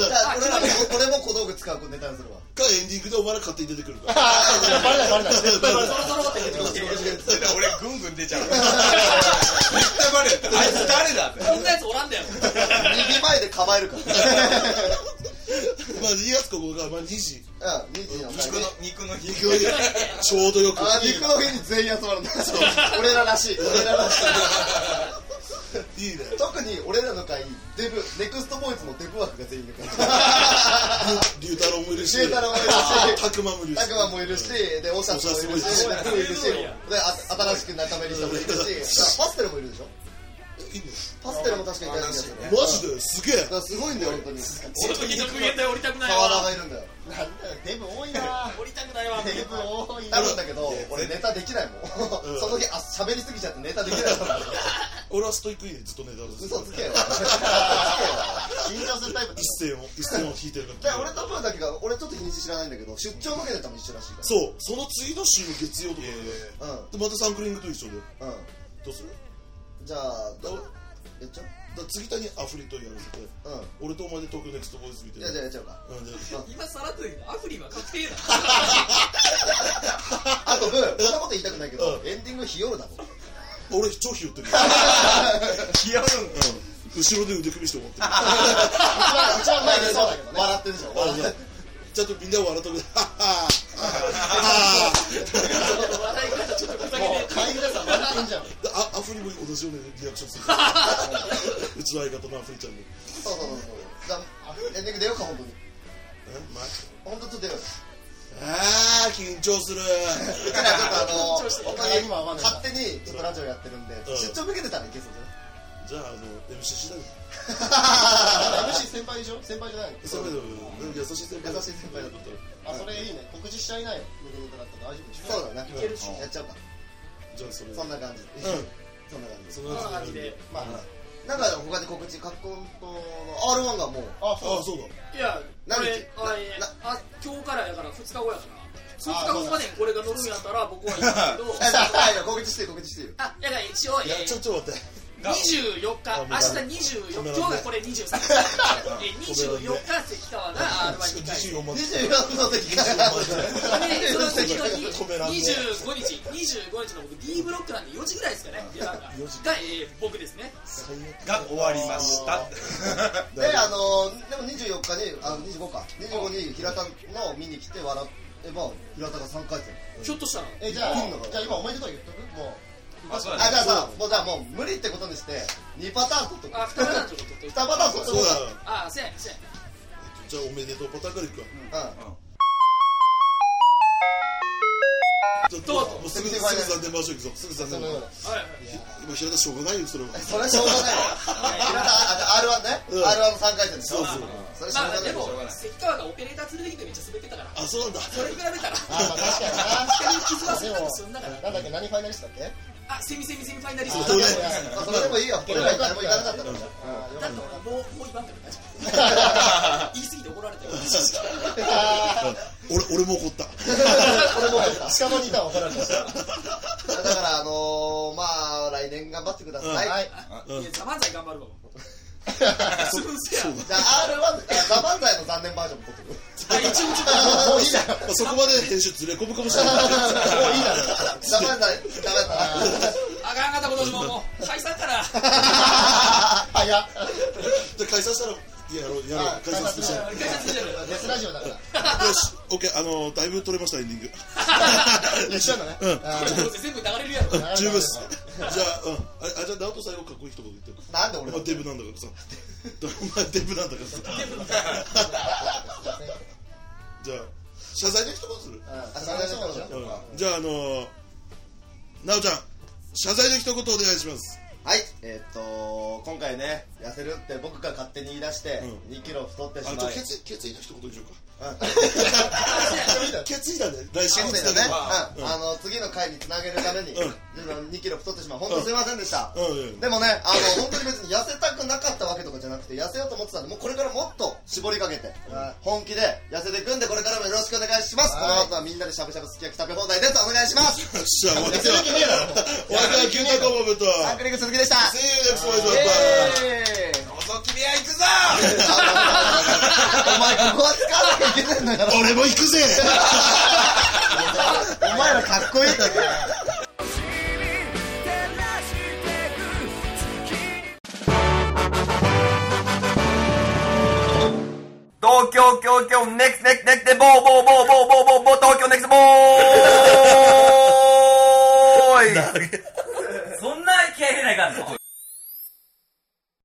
[SPEAKER 2] ゃあ俺らも俺も小道具使うネタにするわ
[SPEAKER 1] かエンディングでお前ら勝手に出てくるから
[SPEAKER 5] バレな いバレない
[SPEAKER 7] 俺ぐんぐん出ちゃう絶対バレるあいつ誰だって
[SPEAKER 3] こんなやつおらんだよ
[SPEAKER 2] 右前で構える から。
[SPEAKER 1] まあ、2月ここが、まあ、2時。
[SPEAKER 2] うん、24回
[SPEAKER 7] 肉の、肉の日。
[SPEAKER 1] ちょうどよく。
[SPEAKER 2] あ、肉の日に全員集まるんだ。俺ららしい。 俺ららしい。
[SPEAKER 1] いいね。
[SPEAKER 2] 特に俺らの会、デブ、ネクストボーイズのデブ枠が全員いるから。
[SPEAKER 1] 龍太郎もいるし。
[SPEAKER 2] 龍太郎もいるし
[SPEAKER 1] たくまもいるし。
[SPEAKER 2] タクマもいるし、で、オシャスもいるし、
[SPEAKER 1] オシ
[SPEAKER 2] ブーいるし、で、あ新しく仲間入りしたもいる し、パステルもいるでしょ
[SPEAKER 1] いいね
[SPEAKER 2] パステルも確かに大好きだよね。
[SPEAKER 1] マジですげえ
[SPEAKER 2] だ。からすごいんだよ、本当に。
[SPEAKER 3] 俺の肉限定降りたくない
[SPEAKER 2] 河原
[SPEAKER 3] わ
[SPEAKER 2] がいるんだよ。
[SPEAKER 5] なんだよ、デブ多いな
[SPEAKER 3] 降りたくないわ
[SPEAKER 5] デブ多いな
[SPEAKER 2] 多分だけど、俺ネタできないもん。その日、あ、喋りすぎちゃってネタできないもん。
[SPEAKER 1] 俺はストイックにずっとネタを出す
[SPEAKER 2] 嘘つけよ。
[SPEAKER 5] 緊張するタイプだ
[SPEAKER 1] 一線を、一線を引いてるか
[SPEAKER 2] で
[SPEAKER 1] ら。
[SPEAKER 2] 俺とブーだけが、俺ちょっと日にち知らないんだけど、出張負けでたも一緒らしいか
[SPEAKER 1] そう、その次の週の月曜とかで、
[SPEAKER 2] ら。うん、
[SPEAKER 1] でまたサンクリングと一緒で。
[SPEAKER 2] う
[SPEAKER 1] どうする
[SPEAKER 2] ん。じゃあ、
[SPEAKER 1] だだ
[SPEAKER 2] どうやっちゃ
[SPEAKER 1] 次田にアフリとやらせて、
[SPEAKER 2] ううん。
[SPEAKER 1] 俺とお前で東京ネクストボーイズみたい
[SPEAKER 2] じ
[SPEAKER 1] な
[SPEAKER 2] ゃあ、じゃあやっちゃおうか。
[SPEAKER 1] うんで
[SPEAKER 3] 今さらっと言うけどアフリは確定だ
[SPEAKER 2] あとブー、そんなこと言いたくないけど、
[SPEAKER 1] う
[SPEAKER 2] エンディング日夜だもん。
[SPEAKER 1] 俺超ひよ ってるよ
[SPEAKER 7] 気合うんだ。
[SPEAKER 1] 後ろで腕組みして思ってる
[SPEAKER 5] 一番前でそうだけどね
[SPEAKER 2] 笑ってるでしょ。笑ってる
[SPEAKER 1] ちゃんとみんな笑っとくはっは
[SPEAKER 3] 笑い方ちょっとふざけて
[SPEAKER 5] 会議ださん笑ってんじゃん
[SPEAKER 1] であアフリも同じようなリアクションする うちの相方のアフリちゃんも
[SPEAKER 2] そうそうそうそう。じゃあ、エンディング出ようか、本当に。
[SPEAKER 1] えま
[SPEAKER 2] 本当ちょっと出ようよ。
[SPEAKER 1] あー緊張する
[SPEAKER 2] だからちょっとあの、本当
[SPEAKER 5] 今はま
[SPEAKER 2] に
[SPEAKER 5] だ
[SPEAKER 2] 勝手にちょっとラジオやってるんで、
[SPEAKER 1] ん
[SPEAKER 2] 出張向けてたらいけそうじ
[SPEAKER 1] じゃ
[SPEAKER 2] ゃない
[SPEAKER 1] ああの MC 次第で
[SPEAKER 5] MC 先輩でしょ先輩じゃないの
[SPEAKER 1] それでもでも優しい先輩
[SPEAKER 2] 優しい先輩だった
[SPEAKER 5] あそれいいね告知しちゃいないよ無限だったら大丈夫でしょ
[SPEAKER 2] そうだね。
[SPEAKER 5] いけるし
[SPEAKER 2] やっちゃおうか。
[SPEAKER 1] じゃあそれ
[SPEAKER 2] そんな感じ。
[SPEAKER 1] ん
[SPEAKER 2] そんな感じ。
[SPEAKER 1] そ
[SPEAKER 3] こん
[SPEAKER 1] のや
[SPEAKER 3] な
[SPEAKER 1] つ
[SPEAKER 3] 感じで
[SPEAKER 5] まあ
[SPEAKER 2] なんか他で告知、カッコンとの R1 がもう、
[SPEAKER 5] あ
[SPEAKER 1] あ
[SPEAKER 5] そう
[SPEAKER 1] そうだ
[SPEAKER 3] いや
[SPEAKER 2] 何
[SPEAKER 3] 俺
[SPEAKER 2] 日
[SPEAKER 3] あいやあ今日からやから2日後やから2日後までにこれが乗るんやったら僕はいいんだけど
[SPEAKER 2] え、だからいや告知してよ告知してよ。
[SPEAKER 3] あやから一応
[SPEAKER 1] い
[SPEAKER 3] え
[SPEAKER 1] や
[SPEAKER 3] ー
[SPEAKER 1] ちょちょっと待って
[SPEAKER 3] 24日、明日24日、今日がこれ23日、え24日、関川が R1 に帰る。
[SPEAKER 1] 24万
[SPEAKER 2] 24の時から。
[SPEAKER 3] で、その次の日、
[SPEAKER 1] 止めらんね
[SPEAKER 3] 25日、25日の僕、D ブロックなんで4時ぐらいですかね、出番が、がえー僕ですね。
[SPEAKER 7] が終わりま した。
[SPEAKER 2] で、あのー、でも24日に、あ、25か。25に平田の見に来て笑えば、平田が3回戦。
[SPEAKER 3] ひょっとしたら、
[SPEAKER 5] えじゃあ
[SPEAKER 2] いいのかな
[SPEAKER 5] じゃあ今おめでとう言っとくも
[SPEAKER 7] あ、そう
[SPEAKER 2] あ、
[SPEAKER 7] だ
[SPEAKER 2] じ
[SPEAKER 7] ね。
[SPEAKER 2] ゃあさ、もうじゃあもう無理ってことにして、2パターン取っと
[SPEAKER 3] あ、二パターンちょっと取っ
[SPEAKER 2] 2
[SPEAKER 3] と
[SPEAKER 2] パターン取っと
[SPEAKER 1] そう
[SPEAKER 2] こ
[SPEAKER 1] だ
[SPEAKER 3] あ、せやせや。
[SPEAKER 1] じゃあおめでとうパターンからいくわ
[SPEAKER 2] うか。うん。
[SPEAKER 1] ちょっ
[SPEAKER 3] どう
[SPEAKER 1] とも
[SPEAKER 3] ぞ
[SPEAKER 1] うすぐすぐ3点回し行くぞすぐ3
[SPEAKER 2] そ
[SPEAKER 1] 点
[SPEAKER 2] の、
[SPEAKER 1] 回し今平田しょうがないよそれは
[SPEAKER 2] それはしょうがないよ。平田、あ、じゃあ R1 ね。R1 の3回戦でしょ。
[SPEAKER 1] そうそう
[SPEAKER 2] それしょうが
[SPEAKER 3] ま
[SPEAKER 2] ないよ
[SPEAKER 3] あ、でも。、関川がオペレーター連れてきてめっちゃ滑ってたから、
[SPEAKER 1] あそうなんだ
[SPEAKER 3] それに比べたら、
[SPEAKER 5] あまあ
[SPEAKER 3] 傷は少なく済んだから
[SPEAKER 5] 確かになでもなんだっけ何ファイナリスト だっけ
[SPEAKER 3] あ、セミセミセミファイナリス
[SPEAKER 5] あ
[SPEAKER 3] ト。
[SPEAKER 1] そうね
[SPEAKER 2] あそれでもいいよ。俺ら誰も行かなかったから。
[SPEAKER 3] だ
[SPEAKER 5] あよか
[SPEAKER 3] っら
[SPEAKER 5] ったた
[SPEAKER 3] もう、もう言わんから大丈夫。言い過ぎて怒られたよ。
[SPEAKER 5] あ
[SPEAKER 1] 俺俺も怒った
[SPEAKER 5] 俺もしかも2段怒られた
[SPEAKER 2] だから、あのー、まあ、来年頑張ってください。
[SPEAKER 5] はい
[SPEAKER 3] いや、ザ漫才頑張るわ。そうですや。
[SPEAKER 2] じゃあ、R1、ザ・漫才の残念バージョンも撮ってくる。
[SPEAKER 3] いや一応ちょっと、
[SPEAKER 5] もういいだろ
[SPEAKER 1] まあそこまで編集ずれ込むかもしれない
[SPEAKER 5] もういいだろ
[SPEAKER 2] ザ・漫才、ダメだったな。
[SPEAKER 3] あかんかった今年ももう、解散 から。
[SPEAKER 5] あいや
[SPEAKER 1] じゃあ解散したらやろうやろう解散スペシャル
[SPEAKER 3] 解散スペシャル。
[SPEAKER 5] デスラジオだから
[SPEAKER 1] よしオッケーあのだいぶ取れましたエンディング
[SPEAKER 5] 一緒だね
[SPEAKER 3] どうせ全部流れるやろ。
[SPEAKER 1] 十分っすじゃあうんあれあじゃあ直人最後かっこいい一言言って
[SPEAKER 2] なんで俺
[SPEAKER 1] お前デブなんだからさお 前デブなんだからさじゃあ謝罪の一言する
[SPEAKER 5] あ
[SPEAKER 2] あ、それでそうじゃん。
[SPEAKER 1] うんじゃああのーなおちゃん謝罪の一言お願いします
[SPEAKER 2] はい、えーっと、今回ね、痩せるって僕が勝手に言い出して、
[SPEAKER 1] う
[SPEAKER 2] 2キロ太ってし
[SPEAKER 1] あじゃ
[SPEAKER 2] ま
[SPEAKER 1] あ
[SPEAKER 2] い。
[SPEAKER 1] 決意決意の一言にしよう
[SPEAKER 5] だ
[SPEAKER 1] か決意だね来週に
[SPEAKER 2] そう
[SPEAKER 1] つ
[SPEAKER 2] だよ
[SPEAKER 1] なげる、
[SPEAKER 2] ねうんあの次の回につなげるために、
[SPEAKER 1] うん
[SPEAKER 2] 自分2キロ太ってしまう、本当すいませんでした、
[SPEAKER 1] うんうん
[SPEAKER 2] でもね、あの本当に別に痩せたくなかったわけとかじゃなくて、痩せようと思ってたんで、もうこれからもっと絞りかけて、本気で痩せていくんで、これからもよろしくお願いします、この後はみんなでしゃぶしゃぶすき焼き食べ放題 です、お願いします。
[SPEAKER 1] よっ しゃお相手はお相手は牛タンコモブと
[SPEAKER 2] アンクリング鈴木でした。
[SPEAKER 1] See you next time. Bye.
[SPEAKER 2] えー
[SPEAKER 7] 覗き部屋行くぞ
[SPEAKER 2] お前ここは使わなきゃいけないんだから
[SPEAKER 1] 俺も行くぜ
[SPEAKER 2] お前らかっこいいんだから
[SPEAKER 8] 星に照らしてく月
[SPEAKER 7] ョキョキョキョネクネクネクでボーボーボーボーボーボ